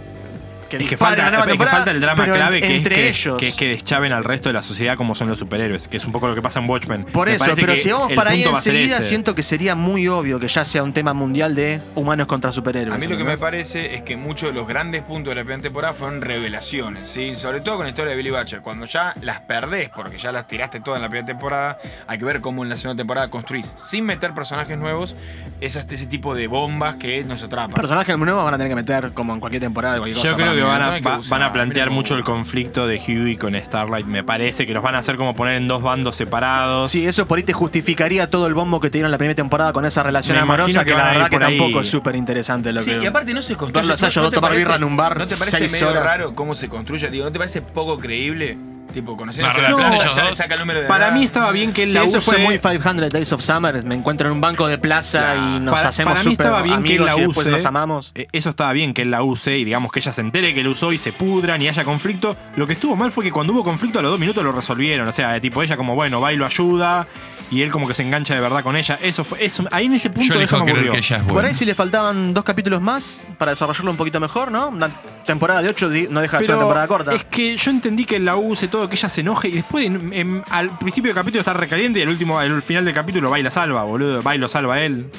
[SPEAKER 2] que
[SPEAKER 4] Es que,
[SPEAKER 2] dispare
[SPEAKER 4] falta,
[SPEAKER 2] una nueva
[SPEAKER 4] es que
[SPEAKER 2] temporada,
[SPEAKER 4] falta el drama
[SPEAKER 2] pero en-
[SPEAKER 4] clave que,
[SPEAKER 2] entre
[SPEAKER 4] es que,
[SPEAKER 2] ellos.
[SPEAKER 4] que es que deschaven al resto de la sociedad como son los superhéroes, que es un poco lo que pasa en Watchmen.
[SPEAKER 2] Por
[SPEAKER 4] Me
[SPEAKER 2] eso,
[SPEAKER 4] parece
[SPEAKER 2] pero
[SPEAKER 4] que
[SPEAKER 2] si vamos
[SPEAKER 4] el
[SPEAKER 2] para ahí
[SPEAKER 4] punto va a ser
[SPEAKER 2] enseguida,
[SPEAKER 4] ese.
[SPEAKER 2] siento que sería muy obvio que ya sea un tema mundial de humanos contra superhéroes.
[SPEAKER 5] A mí lo que me
[SPEAKER 2] ¿entendés?
[SPEAKER 5] parece es que muchos de los grandes puntos de la primera temporada fueron revelaciones, ¿sí? sobre todo con la historia de Billy Butcher. Cuando ya las perdés, porque ya las tiraste todas en la primera temporada, hay que ver cómo en la segunda temporada construís, sin meter personajes nuevos, esas, ese tipo de bombas que nos atrapan.
[SPEAKER 2] Personajes nuevos van a tener que meter como en cualquier temporada, cualquier cosa.
[SPEAKER 4] Yo creo
[SPEAKER 2] para
[SPEAKER 4] que
[SPEAKER 2] mí.
[SPEAKER 4] van
[SPEAKER 5] no
[SPEAKER 4] a,
[SPEAKER 5] hay que
[SPEAKER 4] va-
[SPEAKER 5] usar,
[SPEAKER 4] van a plantear
[SPEAKER 5] mira,
[SPEAKER 4] mucho
[SPEAKER 5] como-
[SPEAKER 4] el conflicto de Huey con Starlight. Me parece que los van a hacer como poner en dos bandos separados.
[SPEAKER 2] Sí, eso por ahí te justificaría todo el bombo que te dieron la primera temporada con esa relación
[SPEAKER 4] Me
[SPEAKER 2] amorosa
[SPEAKER 4] imagino
[SPEAKER 2] que,
[SPEAKER 4] que
[SPEAKER 2] la
[SPEAKER 4] van a ir
[SPEAKER 2] verdad que
[SPEAKER 4] por ahí.
[SPEAKER 2] tampoco es súper interesante lo
[SPEAKER 5] Sí,
[SPEAKER 2] que.
[SPEAKER 5] y aparte no se construye.
[SPEAKER 2] Verlos
[SPEAKER 5] ¿no-
[SPEAKER 2] a ellos
[SPEAKER 5] no
[SPEAKER 2] dos
[SPEAKER 5] te
[SPEAKER 2] tomar
[SPEAKER 5] parece-
[SPEAKER 2] birra en un bar
[SPEAKER 5] ¿No te parece
[SPEAKER 2] seis
[SPEAKER 5] medio
[SPEAKER 2] horas?
[SPEAKER 5] raro cómo se construye? Digo, ¿no te parece poco creíble? Tipo, conocer
[SPEAKER 3] La
[SPEAKER 5] a ese
[SPEAKER 3] relación
[SPEAKER 5] actor,
[SPEAKER 3] de ellos
[SPEAKER 5] ya le
[SPEAKER 3] dos.
[SPEAKER 5] saca el número de
[SPEAKER 4] Para
[SPEAKER 5] edad.
[SPEAKER 4] mí estaba bien que él
[SPEAKER 2] Sí,
[SPEAKER 4] la
[SPEAKER 2] eso
[SPEAKER 4] use.
[SPEAKER 2] fue muy 500 Days of Summer. Me encuentro en un banco de plaza y nos
[SPEAKER 4] Ah, para,
[SPEAKER 2] hacemos
[SPEAKER 4] para mí
[SPEAKER 2] súper
[SPEAKER 4] estaba bien que él
[SPEAKER 2] amigos
[SPEAKER 4] la
[SPEAKER 2] y después
[SPEAKER 4] use.
[SPEAKER 2] nos amamos.
[SPEAKER 4] Eh, Eso estaba bien que él la use y digamos que ella se entere que lo usó y se pudran y haya conflicto. Lo que estuvo mal fue que cuando hubo conflicto a los dos minutos lo resolvieron. O sea, eh, tipo ella como bueno, va y lo ayuda y él como que se engancha de verdad con ella. Eso fue, eso, ahí en ese punto
[SPEAKER 3] Yo
[SPEAKER 4] eso
[SPEAKER 3] elijo
[SPEAKER 4] me
[SPEAKER 3] creer
[SPEAKER 4] aburrió.
[SPEAKER 3] que ella es
[SPEAKER 2] Por ahí
[SPEAKER 3] buena.
[SPEAKER 2] si le faltaban dos capítulos más para desarrollarlo un poquito mejor, ¿no? Una temporada de 8 no deja de ser una temporada corta.
[SPEAKER 4] es que yo entendí que la use todo, que ella se enoje y después en- en- al principio del capítulo está recaliente y al último, al final del capítulo va y la salva, boludo. Va y lo salva él.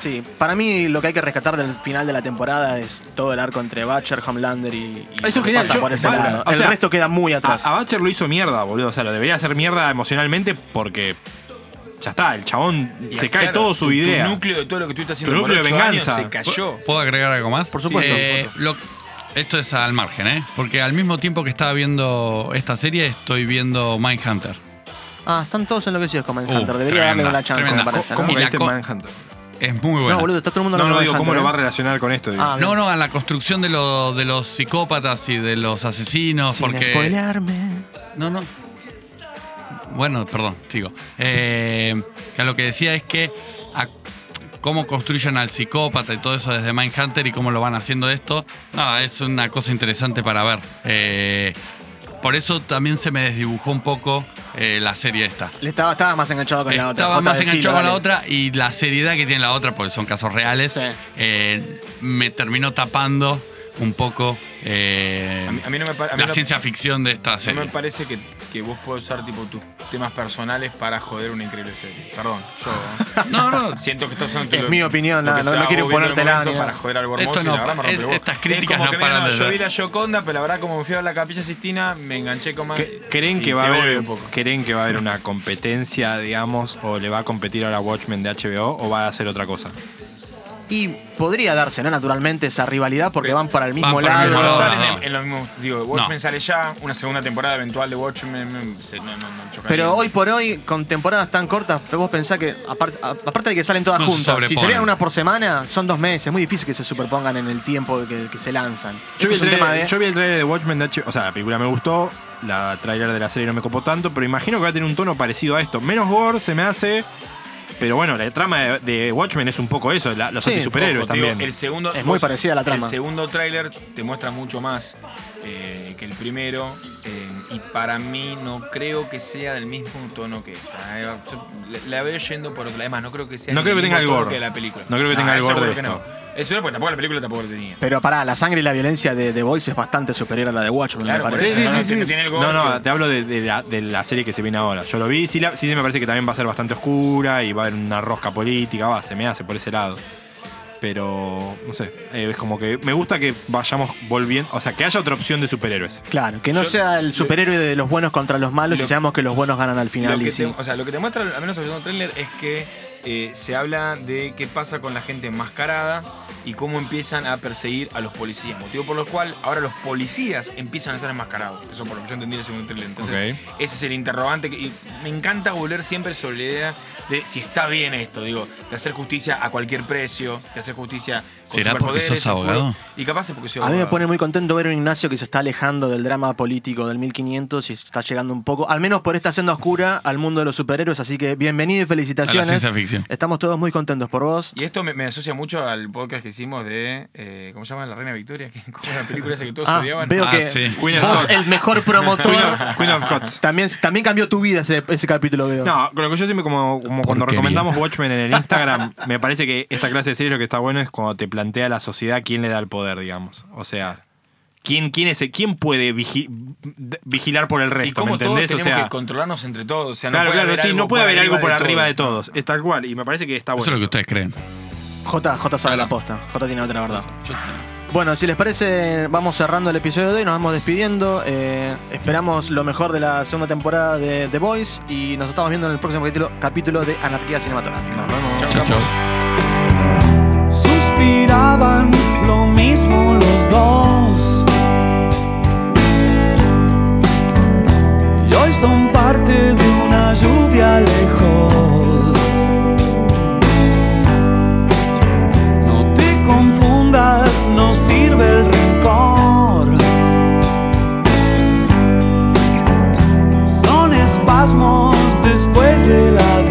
[SPEAKER 2] Sí, para mí lo que hay que rescatar del final de la temporada es todo el arco entre Butcher, Homelander y, y
[SPEAKER 4] Eso
[SPEAKER 2] lo que
[SPEAKER 4] es genial,
[SPEAKER 2] pasa
[SPEAKER 4] yo-
[SPEAKER 2] por ese
[SPEAKER 4] va-
[SPEAKER 2] lado.
[SPEAKER 4] o
[SPEAKER 2] El
[SPEAKER 4] sea,
[SPEAKER 2] resto queda muy atrás.
[SPEAKER 4] A, a Butcher lo hizo mierda, boludo. O sea, lo debería hacer mierda emocionalmente porque ya está, el chabón
[SPEAKER 5] Y
[SPEAKER 4] se
[SPEAKER 5] claro,
[SPEAKER 4] cae todo
[SPEAKER 5] tu-
[SPEAKER 4] su
[SPEAKER 5] Tu
[SPEAKER 4] idea.
[SPEAKER 5] núcleo de todo lo que tú estás haciendo.
[SPEAKER 4] Tu
[SPEAKER 5] por
[SPEAKER 4] núcleo de
[SPEAKER 5] ocho años
[SPEAKER 4] venganza.
[SPEAKER 5] se cayó.
[SPEAKER 3] ¿Puedo agregar algo más?
[SPEAKER 2] este- Por supuesto.
[SPEAKER 3] Eh, lo- esto es al margen, ¿eh? Porque al mismo tiempo que estaba viendo esta serie, estoy viendo Mindhunter.
[SPEAKER 2] Ah, están todos enloquecidos con Manhunter.
[SPEAKER 3] Uh,
[SPEAKER 2] Debería darle
[SPEAKER 3] tremenda,
[SPEAKER 2] una chance,
[SPEAKER 3] tremenda.
[SPEAKER 2] me parece.
[SPEAKER 3] ¿Cómo
[SPEAKER 2] ¿no?
[SPEAKER 3] que la co- Es muy buena.
[SPEAKER 2] No, boludo, está todo el mundo
[SPEAKER 4] No, no,
[SPEAKER 2] hablando de
[SPEAKER 4] digo, ¿cómo
[SPEAKER 2] Manhunter,
[SPEAKER 4] lo va a
[SPEAKER 2] ¿eh?
[SPEAKER 4] relacionar con esto? digo?
[SPEAKER 2] Ah,
[SPEAKER 3] No,
[SPEAKER 2] bien.
[SPEAKER 3] no, a la construcción de, lo- de los psicópatas y de los asesinos.
[SPEAKER 2] Sin
[SPEAKER 3] porque
[SPEAKER 2] spoilearme.
[SPEAKER 3] No, no. Bueno, perdón, sigo. Eh, que lo que decía es que a- cómo construyen al psicópata y todo eso desde Mindhunter y cómo lo van haciendo esto, no, es una cosa interesante para ver. Eh, por eso también se me desdibujó un poco eh, la serie esta.
[SPEAKER 2] Le estaba, estabas más enganchado con la otra.
[SPEAKER 3] Estaba
[SPEAKER 2] Jota,
[SPEAKER 3] más
[SPEAKER 2] decilo,
[SPEAKER 3] enganchado con la
[SPEAKER 2] dale.
[SPEAKER 3] otra y la seriedad que tiene la otra, porque son casos reales,
[SPEAKER 2] Sí.
[SPEAKER 3] eh, me terminó tapando un poco eh,
[SPEAKER 5] A mí, a mí no me, pa- a mí
[SPEAKER 3] la
[SPEAKER 5] no-
[SPEAKER 3] ciencia ficción de esta
[SPEAKER 5] no
[SPEAKER 3] serie.
[SPEAKER 5] me parece que, que vos podés usar tipo tus temas personales para joder una increíble serie. Perdón, yo. ¿eh?
[SPEAKER 2] (laughs)
[SPEAKER 5] (laughs)
[SPEAKER 3] No, no,
[SPEAKER 5] Siento que estás usando
[SPEAKER 2] Es
[SPEAKER 5] lo-
[SPEAKER 2] mi opinión, no,
[SPEAKER 5] que
[SPEAKER 2] no- no
[SPEAKER 5] estaba
[SPEAKER 2] quieren
[SPEAKER 5] vos viendo en el
[SPEAKER 2] ponértela,
[SPEAKER 5] momento
[SPEAKER 2] ni
[SPEAKER 5] Para
[SPEAKER 2] nada.
[SPEAKER 5] joder algo hermoso
[SPEAKER 3] Esto
[SPEAKER 5] y
[SPEAKER 3] no,
[SPEAKER 5] la verdad me rompe
[SPEAKER 3] es-
[SPEAKER 5] huevo.
[SPEAKER 3] estas
[SPEAKER 5] Es
[SPEAKER 3] críticas
[SPEAKER 5] como
[SPEAKER 3] no
[SPEAKER 5] que, mira,
[SPEAKER 3] paran de
[SPEAKER 5] Yo
[SPEAKER 3] dar.
[SPEAKER 5] vi la Gioconda, pero la verdad, como me fui a la Capilla Sistina, me enganché con más.
[SPEAKER 4] ¿Qué- ¿Creen
[SPEAKER 5] y
[SPEAKER 4] que, va a
[SPEAKER 5] te odio
[SPEAKER 4] haber,
[SPEAKER 5] un poco.
[SPEAKER 4] ¿Creen que va a haber una competencia, digamos, o le va a competir ahora Watchmen de HBO o va a hacer otra cosa?
[SPEAKER 2] Y podría darse, ¿no? Naturalmente, esa rivalidad porque van para el mismo
[SPEAKER 3] para el
[SPEAKER 2] lado.
[SPEAKER 3] mismo
[SPEAKER 5] No,
[SPEAKER 3] No,
[SPEAKER 5] salen
[SPEAKER 3] no.
[SPEAKER 5] En, en lo mismo. Digo, Watchmen sale ya, una segunda temporada eventual de Watchmen. mm, se- No, no, no, chocaría.
[SPEAKER 2] Pero hoy por hoy, con temporadas tan cortas, vos pensás que, apart- a- aparte de que salen todas
[SPEAKER 3] No se
[SPEAKER 2] juntas, si
[SPEAKER 3] sobreponen.
[SPEAKER 2] serían una por semana, son dos meses. Es muy difícil que se superpongan en el tiempo que, que se lanzan. Esto
[SPEAKER 4] Yo
[SPEAKER 2] es
[SPEAKER 5] Este
[SPEAKER 4] vi, el
[SPEAKER 2] un
[SPEAKER 4] trailer,
[SPEAKER 2] tema de.
[SPEAKER 4] yo vi el trailer de Watchmen de HBO. O sea, la película me gustó. La trailer de la serie no me copó tanto. Pero imagino que va a tener un tono parecido a esto. Menos gore se me hace. Pero bueno, la trama de, de Watchmen es un poco eso. la- los
[SPEAKER 2] Sí,
[SPEAKER 4] antisuperhéroes
[SPEAKER 5] Ojo, te digo,
[SPEAKER 4] también.
[SPEAKER 5] el segundo,
[SPEAKER 2] Es muy parecida a la trama.
[SPEAKER 5] El segundo tráiler te muestra mucho más eh, que el primero. eh, y para mí no creo que sea del mismo tono que esta. Eh, yo la- la veo yendo por otra. Además, no creo que sea
[SPEAKER 4] No
[SPEAKER 5] del
[SPEAKER 4] creo que
[SPEAKER 5] mismo
[SPEAKER 4] tenga el
[SPEAKER 5] tono
[SPEAKER 4] gore.
[SPEAKER 5] que la película.
[SPEAKER 4] No creo que tenga el
[SPEAKER 5] eso
[SPEAKER 4] gore
[SPEAKER 5] seguro
[SPEAKER 4] de
[SPEAKER 5] que
[SPEAKER 4] esto.
[SPEAKER 5] no. Eso porque tampoco la película tampoco lo tenía.
[SPEAKER 2] Pero pará, la sangre y la violencia de The Voice es bastante superior a la de Watchmen,
[SPEAKER 5] Claro,
[SPEAKER 2] me
[SPEAKER 5] por
[SPEAKER 2] parece.
[SPEAKER 5] eso,
[SPEAKER 2] ¿no?
[SPEAKER 5] no, tiene- tiene el gore
[SPEAKER 4] No, no,
[SPEAKER 5] que-
[SPEAKER 4] te hablo de, de la, de la serie que se viene ahora. Yo lo vi, sí, la- sí se me parece que también va a ser bastante oscura y va a haber una rosca política, va, se me hace por ese lado. Pero, no sé, eh, es como que me gusta que vayamos volviendo, o sea, que haya otra opción de superhéroes.
[SPEAKER 2] Claro, que no
[SPEAKER 5] Yo-
[SPEAKER 2] sea el
[SPEAKER 5] lo-
[SPEAKER 2] superhéroe de los buenos contra los malos
[SPEAKER 5] lo-
[SPEAKER 2] y sabemos que los buenos ganan al
[SPEAKER 5] Lo
[SPEAKER 2] final.
[SPEAKER 5] que
[SPEAKER 2] y sí.
[SPEAKER 5] te, o sea, lo que te muestra, al menos el segundo tráiler, es que eh, se habla de qué pasa con la gente enmascarada y cómo empiezan a perseguir a los policías. Motivo por lo cual ahora los policías empiezan a estar enmascarados. Eso por lo que yo entendí en el segundo tráiler. Entonces, ese es el interrogante. que- y me encanta volver siempre sobre la idea de si está bien esto, digo, de hacer justicia a cualquier precio, de hacer justicia con
[SPEAKER 3] ¿Será porque
[SPEAKER 5] superpoderes,
[SPEAKER 3] sos abogado?
[SPEAKER 5] oscuros. Y capaz es porque soy
[SPEAKER 2] A mí
[SPEAKER 5] abogado.
[SPEAKER 2] me pone muy contento ver a un Ignacio que se está alejando del drama político del 1500 y está llegando un poco, al menos por esta senda oscura, al mundo de los superhéroes. Así que bienvenido y felicitaciones.
[SPEAKER 3] A la ciencia selección.
[SPEAKER 2] Estamos todos muy contentos por vos.
[SPEAKER 5] Y esto me, me asocia mucho al podcast que hicimos de. eh, ¿Cómo se llama? La Reina Victoria, que (laughs) como una película esa que todos
[SPEAKER 2] Ah,
[SPEAKER 5] odiaban.
[SPEAKER 2] veo
[SPEAKER 3] Ah,
[SPEAKER 2] que
[SPEAKER 3] sí.
[SPEAKER 4] Queen of
[SPEAKER 2] vos,
[SPEAKER 4] Cots.
[SPEAKER 2] el mejor
[SPEAKER 4] (laughs) Queen
[SPEAKER 2] promotor,
[SPEAKER 4] of- Queen of Cots.
[SPEAKER 2] también, también cambió tu vida ese, ese capítulo, veo.
[SPEAKER 4] No, con lo que yo siempre, como, como cuando
[SPEAKER 3] Porquería.
[SPEAKER 4] recomendamos Watchmen en el Instagram, (laughs) me parece que esta clase de series lo que está bueno es cuando te plantea la sociedad quién le da el poder, digamos. O sea, quién, quién, es, el- quién puede vigi- de- vigilar por el resto,
[SPEAKER 5] y cómo
[SPEAKER 4] ¿me
[SPEAKER 5] todos
[SPEAKER 4] entendés?
[SPEAKER 5] tenemos
[SPEAKER 4] o sea,
[SPEAKER 5] que controlarnos entre todos. O sea, no
[SPEAKER 4] claro,
[SPEAKER 5] puede
[SPEAKER 4] claro,
[SPEAKER 5] haber
[SPEAKER 4] sí,
[SPEAKER 5] algo
[SPEAKER 4] no puede haber algo por arriba de
[SPEAKER 5] todos.
[SPEAKER 4] todos. Es tal cual, y me parece que está
[SPEAKER 3] Eso
[SPEAKER 4] bueno.
[SPEAKER 3] es lo que
[SPEAKER 4] eso.
[SPEAKER 3] ustedes creen.
[SPEAKER 2] J, J sabe la posta. J tiene otra verdad.
[SPEAKER 3] Yo te-
[SPEAKER 2] Bueno, si les parece, vamos cerrando el episodio de hoy, nos vamos despidiendo. Eh, esperamos lo mejor de la segunda temporada de The Voice y nos estamos viendo en el próximo capítulo, capítulo de Anarquía Cinematográfica. Nos vemos.
[SPEAKER 3] Chau, chau.
[SPEAKER 6] suspiraban lo mismo los dos. Y hoy son parte de una lluvia lejos. No te confundas, no sirve el rencor. Son espasmos después de la